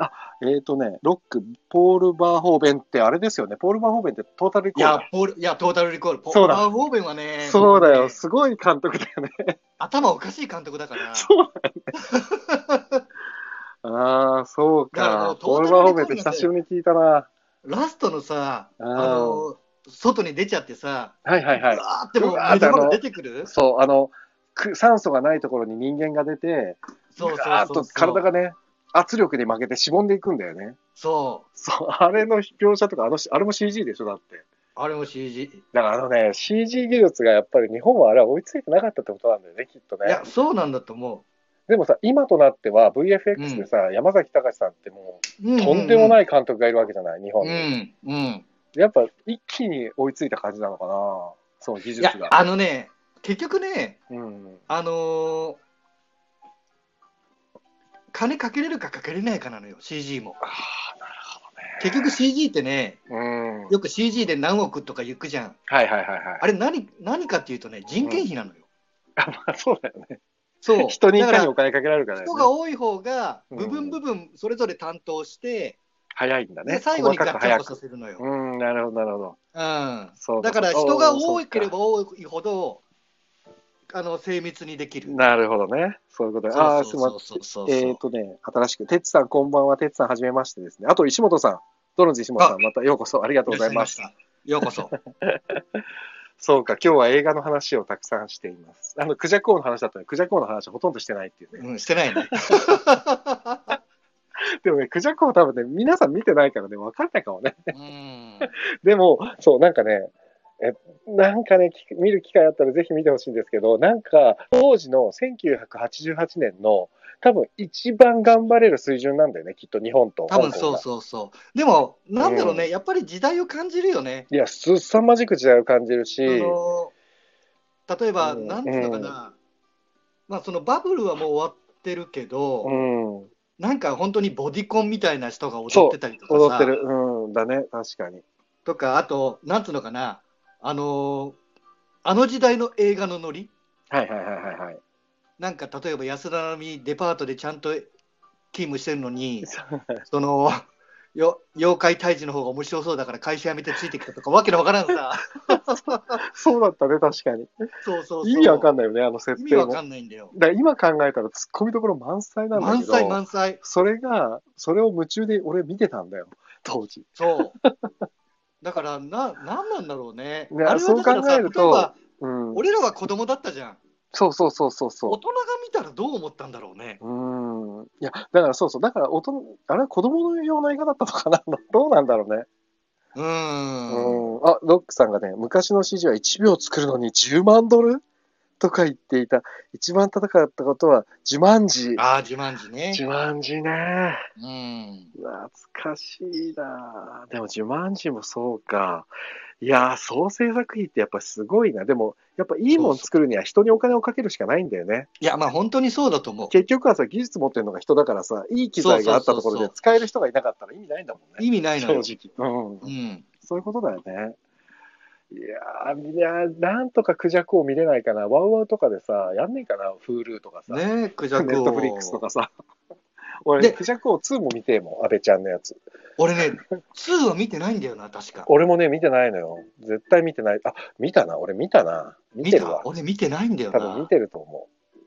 あ、えっ、ー、とね、ロック、ポール・バーホーベンってあれですよね、ポール・バーホーベンってトータルリ
い
コール
や
だ。、
ポール、いや、トータルリコール。ポ
そうだ
バーホーベンはね、
そうだよ、すごい監督だよね。
頭おかしい監督だから、
そう
<laughs>
ああ、そう
だからも
か
う。ト
ポー
ータル
ル・バー
リコール
ホーベンって久しぶりに聞いたな。
ラストのさ、
う
あ
ん
の、外に出ちゃってさ、
はいはいうは
わ
い。
ーっても
う
う
わーっ
目
てあの
玉が出てくる
そう、あの、く酸素がないところに人間が出て、
そうそう
ガーッ
そ
と
う。
体がね、圧力に負けてしぼんでいくんだよね。
そう。
そう、あれの描写とか、あのあれも CG でしょ、だって。
あれも CG。い
だからあのね、CG 技術がやっぱり日本はあれは追いついてなかったってことなんだよね、きっとね
や、。そうなんだと思
でもさ、今となっては VFX でさ、山崎隆さんっても
う。う。
う、とんでもないい監督がいるわけじゃない、日本
う
に。
ん、うん。
やっぱ一気に追いついた感じなのかな、その技
いや
術が。
あのね結局ね
うん、
あのー金かけれるかかけれないかなのよ CG も
ああ、なる
結局 CG ってね
ほど。うん。はい
よく CG で何億とか行くじゃん
はいはいはい。
あれ何何かっていうとね人件費なのよ、
あまあ、そうだよね。
そ
<laughs>
う
人にい
だか
かに
ら
お金かけられるかだよね
人が多い方が
うん
部分部分それぞれ担当して、
早いんだね。
で最後に
細
ガ
かく
ッチャン
早
と
く。
させるのよ、
うん、なるほど、なるほど。
うん
そう
だから人が多ければ
そう
多いほどあの精密にできる。
なるほどね。そういうことでああ、すみません。
そうそうそうそう
えっ、とね、新しく、てつさん、こんばんは、てつさん、はじめましてですね。あと、石本さん、ドロンズ石本さん、またようこそ、ありがとうございます
ら。っしゃいました。ようこそ。
<laughs> そうか、今日は映画の話をたくさんしています。あの、クジャク王の話だったので、クジャク王の話はほとんどしてないっていうね。
うん、してな
<laughs>
いね。
でもね、クジャク王多分ね、皆さん見てないからね、わかんないかもね。
うん。
でも、そう、なんかね、えなんかね、聞く見る機会あったらぜひ見てほしいんですけど、なんか、当時の1988年の、多分一番頑張れる水準なんだよね、きっと日本と香
多
港が。
分そうそうそう。でも、なんだろうね、やっぱり時代を感じるよね。
いや、すさまじく時代を感じるし、
あの例えば、
うん
なんていうのかな、まあ、そのバブルはもう終わってるけど、
うん、
なんか本当にボディコンみたいな人が踊ってたりとかさ。
踊ってる、うん、だね、確かに。
とか、あと、なんつうのかな、あのーあの時代の映画のノリ、
はいはいはいはいはい。
なんか例えば安田並みデパートでちゃんと勤務してるのに、その、よ妖怪退治の方が面白そうだから会社辞めてついてきたとか、わけのわからんさ。
そうだったね、確かに。
そうそうそう。
意味わか
ん
んないよね、あの設
意味
定
わ
も。
か
だか
んないんだよ。
ら今考えたら、突っ込みどころ満載なんだ
満
けど、
載満載。
それが、それを夢中で俺見てたんだよ、当時。
そう。だから、な、なんなんだろうね。
ね
あれはだから
そう考
さ、
え
例え
ると
ば、
うん、
俺らは子供だったじゃん。
そうそうそうそう
大
そ
人が見たらどう思ったんだろうね。
う。うん。いや、だからそうそう、だから大人、あれは子供の用の映画だったのかな <laughs> どうなんだろうね。
うーん。
うん。あ、ロックさんがね、昔の CG は1秒作るのに10万ドルとか言っていた。一番高かったことは、ジュマンジ。
ああ、自慢自ね。
ジュマンジね。
うん。
懐かしいなでも、ジュマンジもそうか。いやー、総制作費ってやっぱすごいな。でも、やっぱいいもん作るには人にお金をかけるしかないんだよね。
いや、まあ本当にそうだと思う。
結局はさ、技術持ってるのが人だからさ、いい機材があったところ
そうそうそう
で
そう
使える人がいなかったら意味ないんだもんね。
意味ないのよ。
正直。うん
う。ん。
そういうことだよね。いやー、いやーなんとかクジャクを見れないかな。ワウワウとかでさ、やんねえかな。Hulu とかさ、
ねえ、クジ
ネ
ャク
ッ
を。
トフリックスとかさ。 <laughs>
で
俺、クジャクを2も見てえもん、安倍ちゃんのやつ。
俺ね、2は見てないんだよな、確か。
俺もね、見てないのよ。絶対見てない。あ、見たな。俺見たな。見てるわ
た。俺見てないんだよ
多分見
な。
てると思う。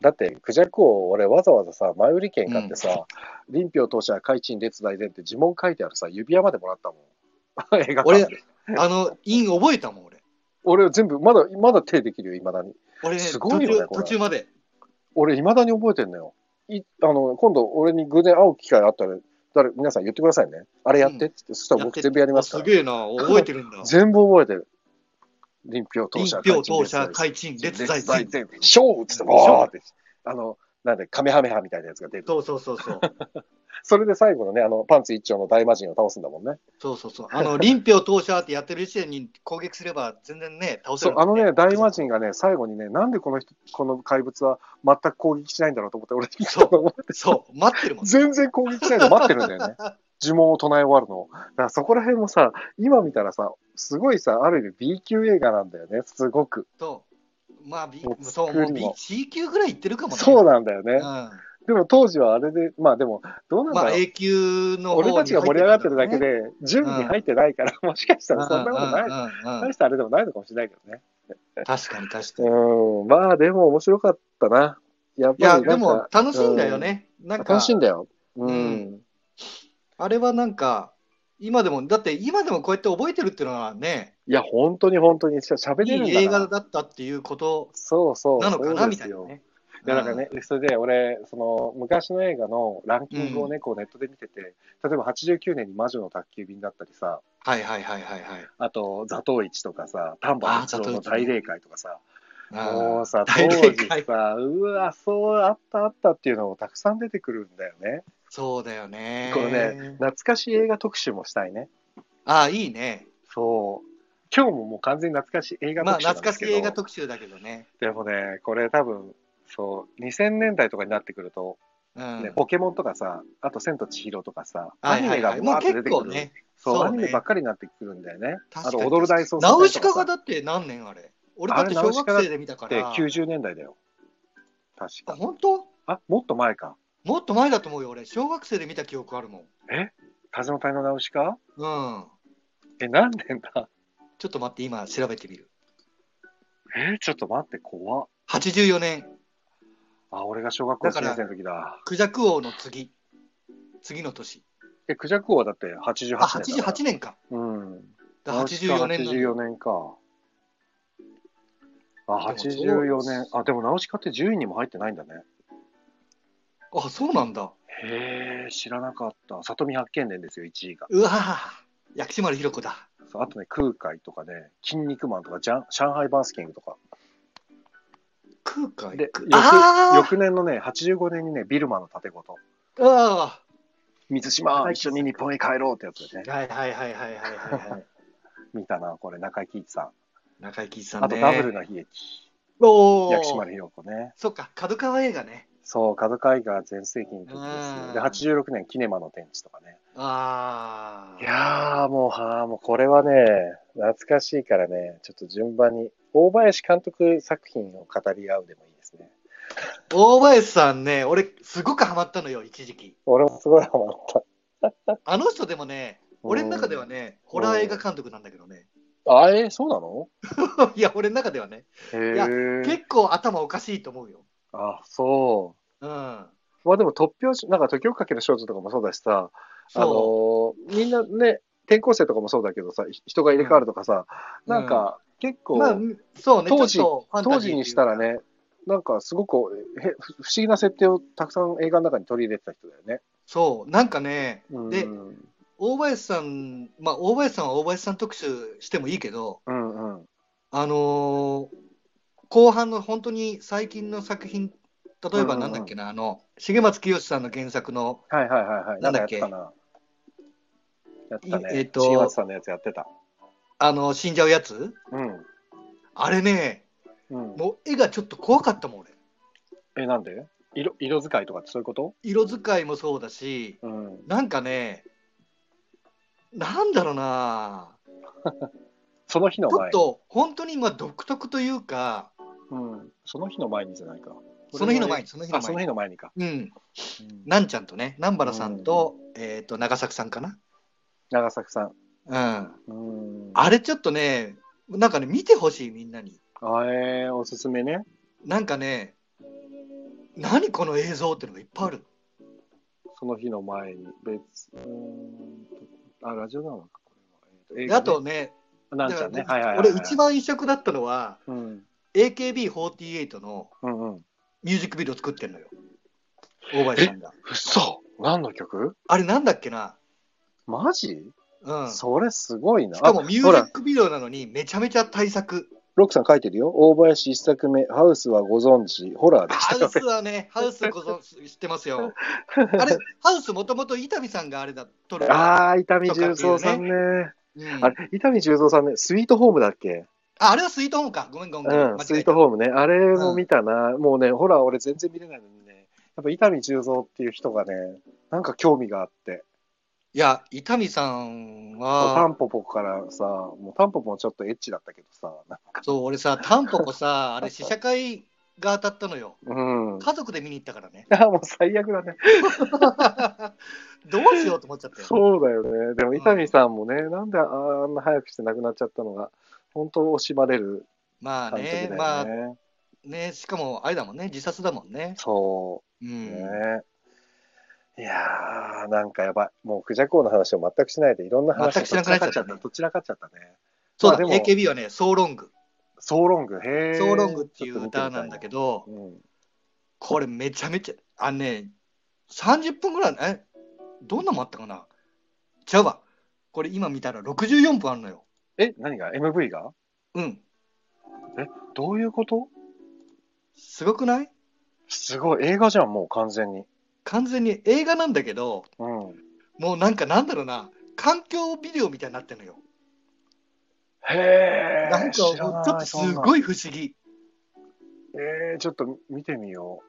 だって、クジャクを俺わざわざさ、前売り券買ってさ、臨氷当社、海賃列大伝って呪文書いてあるさ、指輪までもらったもん。 <laughs> 映画館で
あの、印覚えたもん、俺。
俺全部、まだ、まだ手できるよ、いまだに。
俺ね、
す
途
ごいよね
中
これ
途中まで。
俺、いまだに覚えてんのよ。いあの今度、俺に偶然会う機会あったら、誰皆さん言ってくださいね。あれやってって言って、そしたら
やっ
僕
て
全部やりますか
す
ら。
げえな、覚えてるんだ。
<laughs> 全部覚えてる。臨氷当
臨
社、
氷当社開陳列在
全
在。
然。ショーっつって、ボーって。あの、なんで、カメハメハみたいなやつが出る。
そうそうそうそう。
それで最後のね、あの、パンツ一丁の大魔神を倒すんだもんね。
そうそうそう。あの、臨氷当社ってやってる時点に攻撃すれば全然ね、倒せ
そ
る
う、
も
あの
ん、
ね、大魔神がね、最後にね、なんでこの人、この怪物は全く攻撃しないんだろうと思って、俺、見たの <laughs> も
そう、待ってるもん。
全然攻撃しないの待ってるんだ
<laughs>
よね。呪文を唱え終わるの。だからそこら辺もさ、今見たらさ、すごいさ、ある意味 B 級映画なんだよね、すごく。
そう。まあ、B
も、う
そう、
作
も
り
う
も
B、C 級ぐらいいってるかもね。
そうなんだよね。
うん。
でも当時はあれで、まあでも、どうなんだ
まあ
ろう。
A 級の方
俺
に入
た
っ
ち
てた
が
んろ
盛
う
り
ね
上がってるだけで、準備に入ってないから、もしかしたらそんなことない。
うんうんう
大
ん
したあれでもないのかもしれないけどね。
確かに確かに。
うん、まあでも面白かったな。やっ
いや、
ぱり
で
なん
も
か、
楽しいんだよね。なんか
楽、しいんだよ。う
うん
ん。
あれはなんか、今でも、だって今でもこうやって覚えてるっていうのはね、
いや、本当に本当に、しゃ喋
い
れるんだ
い
な
映画だったっていうこと
そうそう。
なのか
そ
な
うで
み
す
たいな
よ
ね。
いやなんかね、それで俺、その昔の映画のランキングをね、こうネットで見てて、例えば89年に魔女の宅急便だったりさ、
はいはいはいはいはい。
あと、座頭市とかさ、丹波哲郎の大霊会とかさ、もう
あ
さ、当
大霊
時
会
さ、うわ、そう、あったあったっていうのもたくさん出てくるんだよね。
そうだよね。
これね、懐かしい映画特集もしたいね。
ああ、いいね。
そう。今日ももう完全に懐かしい映画
まあ、
特集なん
懐
で
か
す
し
け
い
ど、
映画特集だけどね。
でもね、これ多分、そう、2000年代とかになってくると、
うん。
ねポケモンとかさ、あと千と千尋とかさ、
は
ア
い
ニ
は
メ
い
が
はい。も
バー
う
って出
結
てく
構
る。
ね。
そう
そう
ア
ね
ニメばっかりになってくるんだよね。あ
確
と、
かに
踊る大捜査
ナウシカが
っ
だって何年あれ俺
あ
だ
れ
って小学生で見たか
て
ら。
90年代だよ。確
あ、
か。
本当
あ、もっと前か。
もっと前だと思うよ、俺。小学生で見た記憶あるもん。
風の谷のナウシカ
うん。
え、何年だ <laughs>
ちょっと待って、今調べてみる。
え、ちょっと待って、怖っ。
84年、
あ、俺が小学校
だか
1
ら
年生の時だ。
クジャク王の次。次の年。
え、クジャク王はだって88年
あ、
だから。
88年か。
うん。
だ84年
ナウ
な
シ
ん
カ
だ
84年か。あ、84年。あ、
でも
でもナウシカって10位にも入ってないんだね。
あ、そうなんだ。
へえ、知らなかった。里見八犬伝ですよ、1位が。
うわぁ、薬師丸ひろ子だ。
そうあとね、空海とかね、筋肉マンとか、ジャン上海バースキングとか。
空海。
で、
あー
翌翌年のね、85年にね、ビルマの盾ごと。
あ
水島、一緒に日本へ帰ろうってやつで
あ。
ね、
はいはいはいはいはいはいはい。
見たな、これ、中井貴一さん。
中井貴一さんね。
あと、ダブルの悲劇。
おー
薬師丸ひろ子ね。
そっか、角川映画ね。
そう、角海が全盛期の時です
う
ね。
ん
で、86年、キネマの天地とかね。
ああ。
いやー、もう、はーもうこれはね、懐かしいからね、ちょっと順番に、大林監督作品を語り合うでもいいですね。
大林さんね、俺、すごくハマったのよ、一時期。
俺もすごいハマった。
あの人でもね、俺の中ではね、ホラー映画監督なんだけどね。 <laughs>
あれそうなの
いや、俺の中ではね、いや
へえ。
結構頭おかしいと思うよ。
あ、そ
うん。
う。まあでも突拍子、なんか時をかける少女とかもそうだしさ、あ
そ
のーみんなね、転校生とかもそうだけどさ、ひ人が入れ替わるとかさ、
うん
なんか結
う。
構、
まあ、そうね、
当時
ちょっとファン
当
タジー
時
というか
にしたら。ね、なんかすごくへふ不思議な設定をたくさん映画の中に取り入れてた人だよね。
そう、なんかね、
うん
で大林さん、まあ、大林さんは大林さん特集してもいいけど、
うんうん。
あのー後半の本当に最近の作品、例えばなんだっけな、あの、重松清さんの原作の、
はいはいはいはい。なん
な
ん
だ
だ
っ
やっ
け
てたな。やってたね。
いえっと
新松さんのやつやってた。
あの、死んじゃうやつ
うん。
あれね、
うん、
もう絵がちょっと怖かったもん、俺。
え、なんで色色使いとかってそういうこと
色使いもそうだし、
うん。
なんかね、なんだろうな、
その日
ち
の
ょっ
前。
と本当にまあ独特というか、
うん。その日の前にじゃないか。
その日の前に、その日の
あ、その
前
日
に。
の前にか。
うん、
うん
なんちゃんとね、南原さんと、えっ、と、長作さんかな。
長作さん。
うん。
うん。
あれちょっとね、なんかね、見てほしい、みんなに。
あえーおすすめね。
なんかね、何この映像ってのがいっぱいある。
その日の前に。別。うーんとあ、ラジオなのか、これは。えー
であと、ね、
映画ねなんちゃんね。
だか
はいはい
ら
はい、
俺、一。番印象だったのは、
うん。
AKB48 の
うんうん。
ミュージックビデオ作ってんのよ、大林さんが。
嘘何の曲
あれ、なんだっけな、
マジ、
うん、し
それすごいな。
かもミュ
あほ
ージ
ら
ックビデオなのに、めちゃめちゃ対策。
ロックさん書いてるよ。大林一作目、ハウスはご存知、ホラーでし
ハ
た
ウスはね、ハウスご存知知ってま
<laughs>
すよ。あれ、ハウスもともと伊丹さんがあれだ、撮る。
ああ、伊丹十三さんね。
うん
あれ、伊丹十三さんね、スイートホームだっけ
ああれはスイートホームか。ごめん、ごめん。ごめん
うん、
間違え
ス
た
イートホームね。あれも見たな。もうね、ホラー俺全然見れないのにね、やっぱ伊丹十三っていう人がね、なんか興味があって、
いや、伊丹さん
タ
は、
ンポポからさ、もうタンポポもちょっとエッチだったけどさ、なんか
そう、俺さ、タンポ
<laughs>
ポさ、あれ、試写会が当たったのよ。
うん。。
家族で見に行ったからね <laughs>
あもう最悪だね。
どうしようと思っちゃったよ。
そうだよね。でも伊丹さんもね、なんであんな早くして亡くなっちゃったのが、本当惜しまれる
まあ
監督だ
ね
よ、ね。
まあね、しかもあれだもんね、自殺だもんね。
そう。
う
ね
ん。
いやー、なんかやばい。もう、クジャコウの話を全くしないで、いろんな話を
全くしなくなっちゃったね
どちらかっちゃった。どちらかっちゃったね。
そうだ、
まあでも
AKB はね、ソーロング。
ソーロング、へー。
ソーロングっていう歌なんだけど
ち、ょっと見てみ
これめちゃめちゃ、あのね、30分ぐらい、え、どんなもんあったかなちゃうわ。これ今見たら64分あるのよ。
たいな。うん。え、何が ?MV が
うん。
どういうこと
すごくない
すごい。映画じゃん、もう完全に。
完全に映画なんだけど、
うん。
もうなんかなんだろうな、環境ビデオみたいになってるのよ。
へえ。
なんか、ち
知ら
ょ
な
っとす
い
ごい不思議。
そんなん。えー、ちょっと見てみよ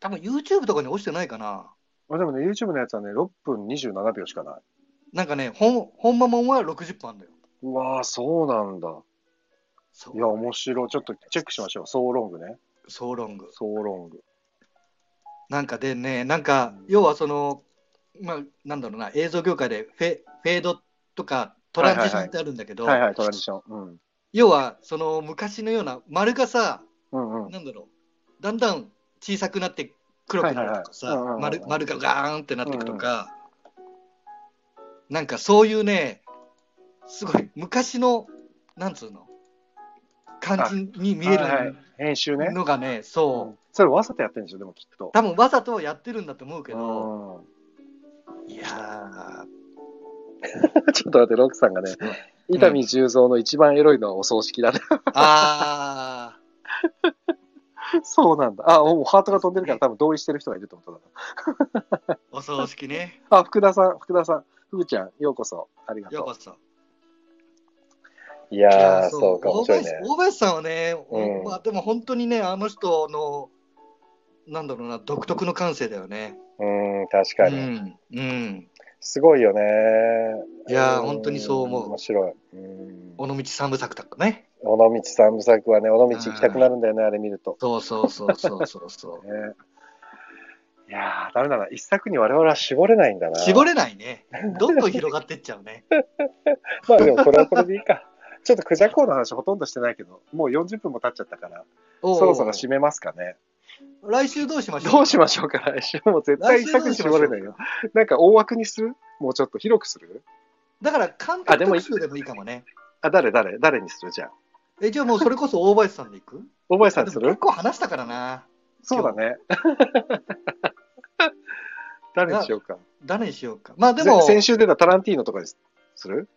多分 YouTube とかに落ちてないかな。
う。まあ、でもね、YouTube のやつはね、6分27秒しかない。
なんかね、ほん、ほんまもんは60分あんだよ。
うわー、そうなんだ。
そ
いや、
う。
面白い。ちょっとチェックしましょう。ソーロングね。
ソーロング。
ソーロング。
なんかでね、なんか
うん、
要はその、まあ、なんだろうな、映像業界でフェフェードとかトランジションってあるんだけど、
はいはい、トランジション。うん。
要はその昔のような丸がさ、
うんうん。
なんだろう、だんだん小さくなって黒くなるとか
はいはいはいうんうんう
さ
ん、
丸丸がガーンってなっていくとか、なんかそういうね、すごい昔の、なんつうの、感じに見
は
え
いは
る
い編集ね。
のがね、
う
そ
んそれわざとやってるんでしょ、でもきっと
う、。多分わざとやってるんだと思うけ
う
ど、
ん
<laughs> いやー
ちょっと待って、ロックさんがね、伊丹十三の一番エロいのはお葬式だ
<laughs>
ね。
あ
そうなんだ。あ、もうハートが飛んでるから多分同意してる人がいるってことだ
あ、お葬
<laughs>
式ね。
な。あ、福田さん、福田さん、福ちゃん、ようこそ。ありが
よう
と
こそ。
う。いやー、
いや
そうか、面白いね。
大林大林さんはね、
うん
まあ、でも本当にね、あの人の、なんだろうな、独特の感性だよね。
うん、確か
う
に。
ん。うん。
すごいよね。
いやー
ん
本当にそう思う
面白い。うん
尾道三部作とかね。
尾道三部作はね、尾道行きたくなるんだよね、あれ見ると。
そうそうそうそうそうそ
ねいやー、ダメだな。一作に我々は絞れないんだ <laughs>
う。
な。
絞れないね。どんどん広がってっちゃう
<laughs>
ね。
まあでもこれはこれでいいか。 <laughs> ちょっとクジャコウの話ほとんどしてないけど、もう40分も経っちゃったから、
おう
そろそろ締めますかね。
来週どうしましょう
どうしましょうか、来週。もう絶対一作に絞れないよ。。なんか大枠にするもうちょっと広くする
だから、監
あ
督
でも
特集でもいいかもね。
あ、誰誰誰にするじゃあ。
え、じゃあもうそれこそ大林さんでいく
大林さんにす
でも
る
結構話したからな。
そうだ <laughs> ね。誰にしようか。
誰にしようか。まあで
で
も
も、先週出たタランティーノとかにする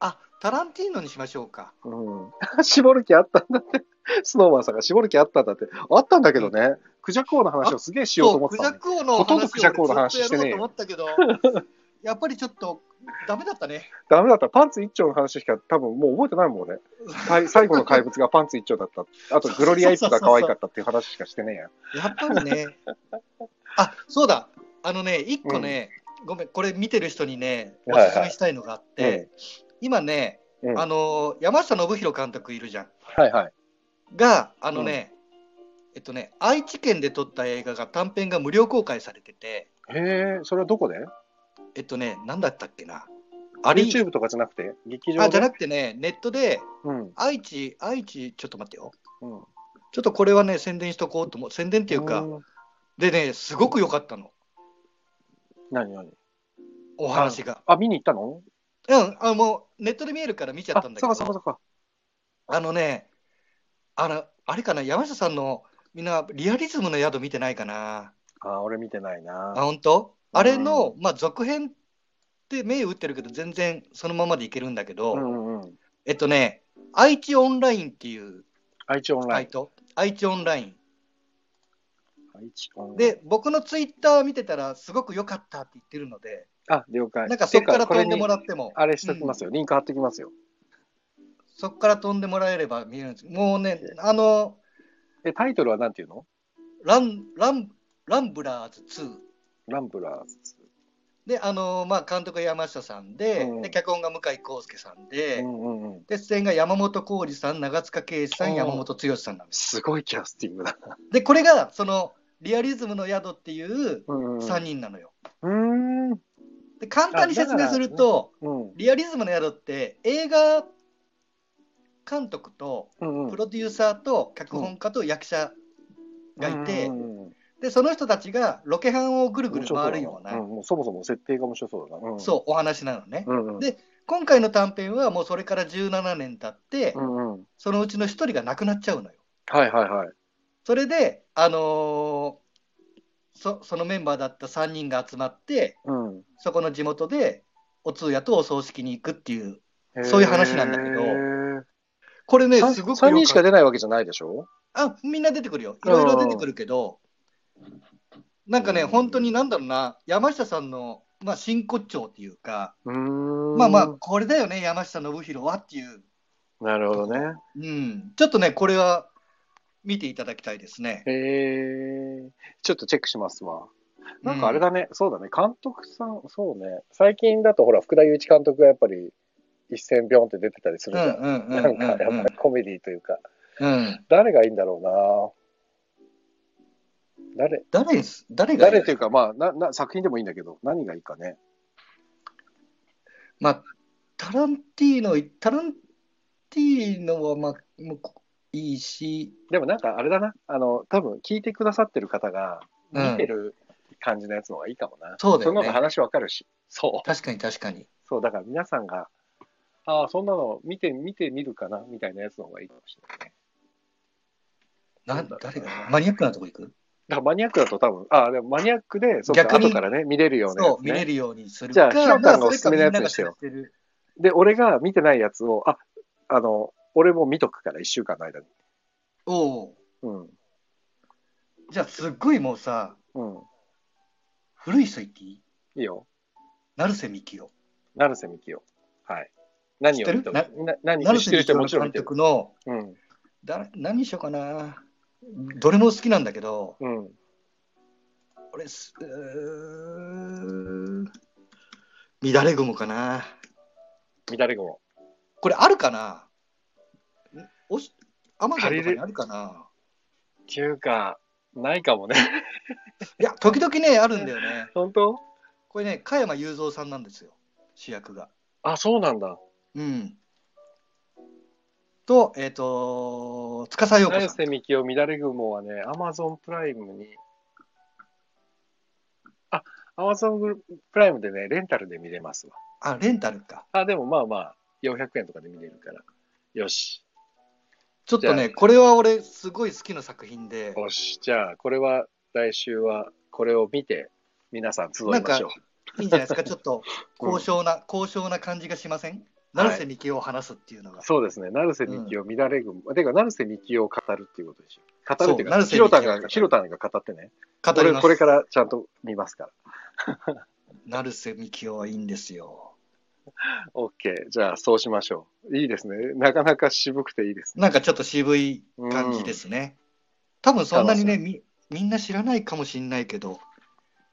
あタランティーノにしましょうか。
うん。 <laughs> 絞る気あったんだって。スノーマンさんが絞る気あったんだって。あったんだけどね。クジャコウの話をすげえしようと思って
クジ
たの
ャ
に。
ク王の
ほとんどクジャク王の話
話を俺ずっとやろうと思ったけど、
<laughs>
やっぱりちょっとダメだったね。
ダメだった。パンツ一丁の話しか多分もう覚えてないも <laughs> んね。最最後の怪物がパンツ一丁だった。あと、グロリアイップが可愛かったっていう話しかしてねえや。
やっぱりね。あそうだ、あのね、一個ね、ごめん、これ見てる人にね、お
はいはい
すすめしたいのがあって、今ね、
うん
あの山下信弘監督いるじゃん。
はいはい。
が、あのね、えっとね、愛知県で撮った映画が短編が無料公開されてて、
へえ、それはどこで
えっとね、なんだったっけな。あれ
?YouTube とかじゃなくて劇場で
あじゃなくてね、ネットで、
うん。
愛知、愛知、ちょっと待ってよ。
うん。っ
ちょっとこれはね、宣伝しとこうと思う。宣伝っていうか、でね、すごく良かったの、
何何
お話が。
あ、見に行ったの
うん、あもうネットで見えるから見ちゃっ
あ
たん、だけ
そ
ど、
う
あ
かそうかそうか。
のねあの、あれかな、山下さんのみんなリアリズムの宿見てないかな。
あ、俺見てない
あ、
な。
本当あれの、まあ、続編って銘打ってるけど、全然そのままでいけるんだけど、
うんうんうん。
えっとね、愛知オンラインっていう
愛知オンラ
サ
イン
イ。ト、愛知オンライン。
愛知オンライン。
で、僕のツイッター見てたら、すごく良かったって言ってるので、
あ、了解。
なんかそこから飛んでもら
て
っても。
か。これにあれしときますよ。リンク貼ってきますよ。
そこから飛んでもらえれば見えるんですもうね、あの、
え、タイトルはなんていうの
ラン、ラン、ランブラーズ2。
ランブラーズ。
で、あの、まあ、監督が山下さんで、
うん
で、脚本が向井康介さんで、
うんうんうん。
で、出演が山本浩二さん、長塚圭史さ、
うんん
山本剛さんなんです。
すごいキャスティングだ。
で、これが、その、リアリズムの宿っていう
うん
3人なのよ。
うん。う
で、簡単に説明すると、
ーん。うん。
リアリズムの宿って映画監督と
うんうん
プロデューサーと脚本家と役者がいて、
うんうんうん
でその人たちがロケハンをぐるぐる回るよ
面白そう
う
だ
な、
んもうそもそも設定が面白そうだな。うん、
そうお話なのね、
うんうん。
で今回の短編はもうそれから17年経って、
うんうん。
そのうちの1人が亡くなっちゃうのよ
はいはいはい。
それであのーそそのメンバーだった3人が集まって
うん
そこの地元でお通夜とお葬式に行くっていう
へー
そういう話なんだけどこれね
さん
すごく
三
よ
人し
か
か
っ
出ないわけじゃないでしょ
たあみんな出てくるよいろいろ出てくるけどなんかね
うん
本当になんだろうな山下さんのまあ、真骨頂っていうか、
うーん。
まあまあ、これだよね、山下信弘はっていう、
あ。なるほどね。
うん、ちょっとね、これは見ていただきたいですね。
へえ。ちょっとチェックしますわ。なんかあれだね、そうだね、監督さん、そうね、最近だとほら、福田雄一監督がやっぱり一戦ビョンって出てたりす
う
る
ん
じ
う
ゃん。
んうん
なんかやっぱ
うん
りコメディというか、
うんうん
誰がいいんだろうな誰、
誰です誰が
誰というか、まあなな、作品でもいいんだけど、何がいいかね。
まあ、タランティーノ、タランティーノは、まあ、もうこいいし、
でもなんかあれだな、あの、多分聞いてくださってる方が、
うん
見てる感じのやつの方がいいかもな。
そうだよね
の方が話わかるし。そう。
確かに確かに。
そう、だから皆さんが、ああ、そんなの見て、見てみるかな、みたいなやつの方がいいかもしれない。
な
そうだ
誰がマニアックなとこ行く
だからマニアックだと多分、ああ、でもマニアックで、そうか、
逆に
後からね、見れるようなや
そ
つ
う、見
ね。
れるようにする
じゃあ
か
ヒロタンがおすすめのやつ
まあ
にしてよ
それかみんなが知ってる
で、俺が見てないやつを、あ、あの、俺も見とくから、一週間の間に。
おう
うん。
じゃあ、すっごいもうさ、
うん。
古い人言っていい
いいよ。
成瀬幹夫。
成瀬みきよ。はい。何を見とく
知って
な何知
成
っ
瀬
てる人
幹
は
夫
も
の
ちろん
監
見てる。
督の、
うん。
だ何にしようかな。どれも好きなんだけど、
うん。
俺す、うーん乱れ雲かな。
乱れ雲。
これあるかなんおしアマゾンとかにあるかな
っていうか、ないかもね。 <laughs>
いや、時々ね、あるんだよね。
本当
これね、加山雄三さんなんですよ、主役が。
あ、そうなんだ。
うん。と、えっ、と、司陽子
成
さん。
瀬みきよ、乱れ雲はね、アマゾンプライムに、あ、アマゾンプライムでね、レンタルで見れますわ。
あ、レンタルか。
あ、でもまあまあ、400円とかで見れるから。よし。
ちょっと
じゃ
ね、これは俺、すごい好きな作品で、
よし。じゃあ、これは、来週は、これを見て、皆さん集いましょう。
いいんじゃないですか、ちょっと
<laughs> うん
高尚な、高尚な感じがしません
はい
成瀬幹夫を話すっていうのが。
そうですね。成瀬みきよ、乱れ雲。てか、成瀬みきよを語るっていうことでしょ。語るっていう
そ
か、
う成
ヒ
瀬み
ロ
き
タ
よを
ン
語る
が、ヒロタンが語ってね。
語
こ
り
れ、
ます。
これからちゃんと見ますから。
成瀬幹夫はいいんですよ。
オッケー。じゃあ、そうしましょう。いいですね。なかなか渋くていいですね。
なんかちょっと渋い感じですね。多分そんなにねみ、みんな知らないかもしれないけど、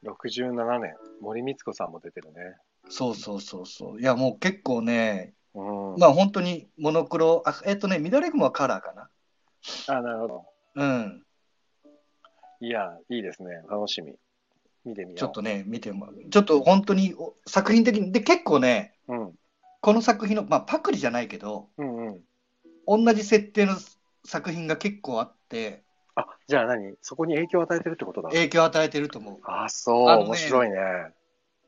67年、森光子さんも出てるね。
そうそうそうそう。いや、もう結構ね、
うん。
まあ本当にモノクロ、あえっとね、緑雲はカラーか
あ、なるほど。
な。うん。
いや、いいですね。楽しみ。見てみよう。
ちょっとね、見てもらう。ちょっと本当にお作品的に、で、結構ね、
うん。
この作品の、まあパクリじゃないけど、
うんうん。
同じ設定の作品が結構あって、
あ、じゃあ何そこに影響を与えてるってことだ。
影響を与えてると思う。
あ、そう、
あのね
面白いね。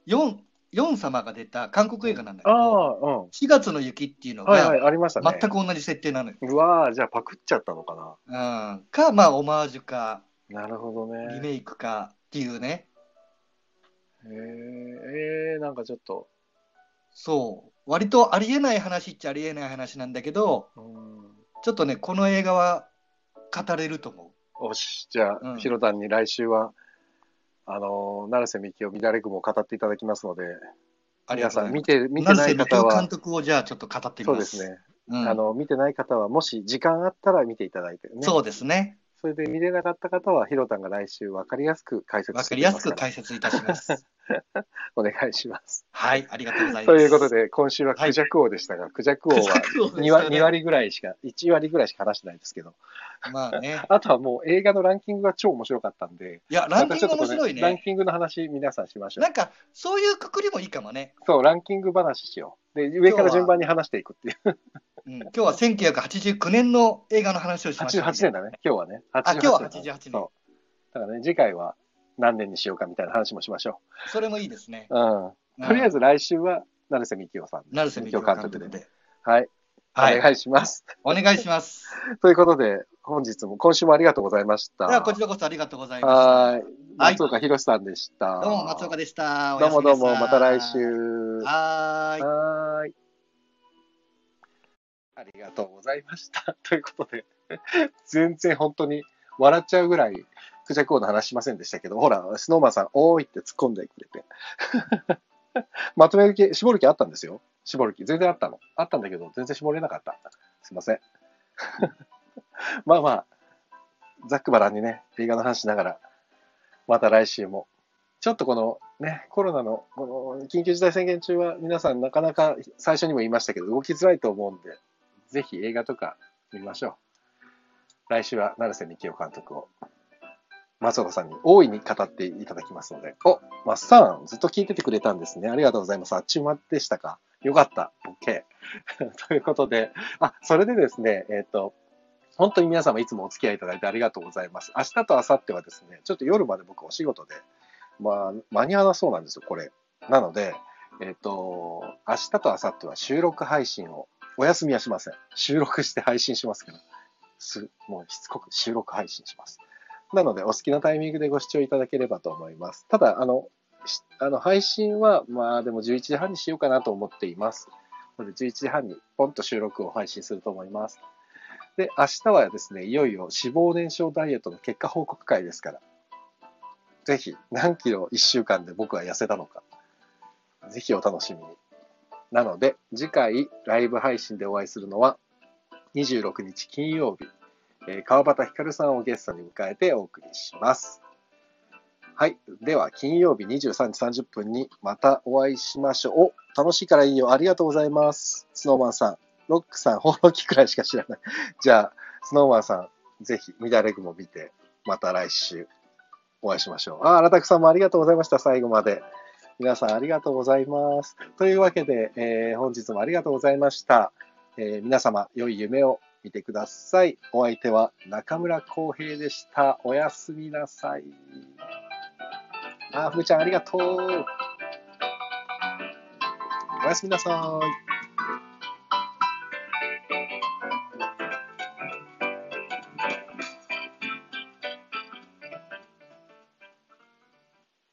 ヨン、ヨン様が出た韓国映画なんだけ
あ
ど、
あ、うん。
4月の雪っていうの
はいはい、
が
ありましたね。
全く同じ設定なのよ。
うわーじゃあパクっちゃったのかな。
うんか、まあ、オマージュか、
なるほど
リ
ね。
メイクかっていうね、
へえー、なんかちょっと。
そう、割とありえない話っちゃありえない話なんだけど、
うん。
ちょっとね、この映画は語れると思
よし、じゃあ、
うん
ヒロタンに来週は、あのー、成瀬みきを乱れ雲を語っていただきますので、
う。ありが
皆
と
さ
うご
ん
ざい
見
ます。
て、見てない方
成瀬美代
は
監、督をじゃあちょっと語ってみ
そう
ま。
ですすね、
うん
あの、見てない方は、もし時間あったら見ていただいてね。
そうですね。
それで見れなかった方は、ヒロタンが来週分かりやすく解説
わ
し
か
て
り
いき
や
ますすか
く
ら、
解説いたします。
お願いします。
はい、ありがとうございます。
ということで、今週はクジャク王でしたが、クジャク王は2割 ,2
割。
割ぐらいしか、1割ぐらいしか話してないですけど、
まあね。
あとはもう映画のランキングが超面白かったんで、
いや、ランキング面白い
またちょっとこれラン
ね。
キングの話、皆さんしましょう
な。んか、そういうくくりもいいかもね。
そう、ランキング話しよう。で、上から順番に話していくっていう。
うん、今日は1989年の映画の話をしまし
88
た。
年だね、今日はね。
あ、今日は88年。
そう。だからね、次回は何年にしようかみたいな話もしましょ
それもいいですね。
う。うん。とりあえず来週は、成瀬みきおさん。
成瀬美京監督で。
はい。
はい
お願いします。
お願いします。
ということで、本日も、今週もありがとうございました。
では、こちらこそありがとうございま
は
し
い。
はい
松岡弘さんでした。
た。どうも、松岡でした。お
どう
やす
も
み
ど
な
う
さい
も、また来週。
はーい。
はーい。ありがとうございました。 <laughs> ということで、全然本当に笑っちゃうぐらい、クジャク王の話しませんでしたけど、ほら、スノーマンさん、おーいって突っ込んでくれて。 <laughs> まとめる気、絞る気あったんですよ。絞る気。全然あったの。あったんだけど、全然絞れなかった。すいません。 <laughs> まあまあ、ざっくばらんにね、映画の話しながら、また来週も。ちょっとこのね、コロナの、この緊急事態宣言中は皆さんなかなか最初にも言いましたけど、動きづらいと思うんで、ぜひ映画とか見ましょう。来週は成瀬幹夫監督を、松岡さんに大いに語っていただきますので、おマッサン、ずっと聞いててくれたんですね。ありがとうございます。あっちゅうまでしたか。よかった。OK。と <laughs> いうことで、あ、それでですね、えっ、と、本当に皆様いつもお付き合いいただいてありがとうございます。明日と明後日はですね、ちょっと夜まで僕お仕事で、まあ、間に合わなそうなんですよ、これ。なので、えっ、と、明日と明後日は収録配信を、お休みはしません。収録して配信しますけど、す、もうしつこく収録配信します。なので、お好きなタイミングでご視聴いただければと思います。ただ、あの、しあの配信は、まあ、でも11時半にしようかなと思っています。なので、11時半にポンと収録を配信すると思います。で、明日はですね、いよいよ脂肪燃焼ダイエットの結果報告会ですから、ぜひ、何キロ1週間で僕は痩せたのか、ぜひお楽しみに。なので、次回ライブ配信でお会いするのは、26日金曜日、えー川端ひかるさんをゲストに迎えてお送りします。はい。では、金曜日23時30分にまたお会いしましょう。お、楽しいからいいよ。ありがとうございます。スノーマンさん、ロックさん、ほうろきくらいしか知らない。じゃあ、スノーマンさん、ぜひ、乱れ雲見て、また来週お会いしましょう。あ、荒拓さんもありがとうございました。最後まで。皆さんありがとうございます。というわけで、えー本日もありがとうございました。えー皆様、良い夢を見てください。お相手は中村浩平でした。おやすみなさい。あー、ふーちゃんありがとう。おやすみなさい。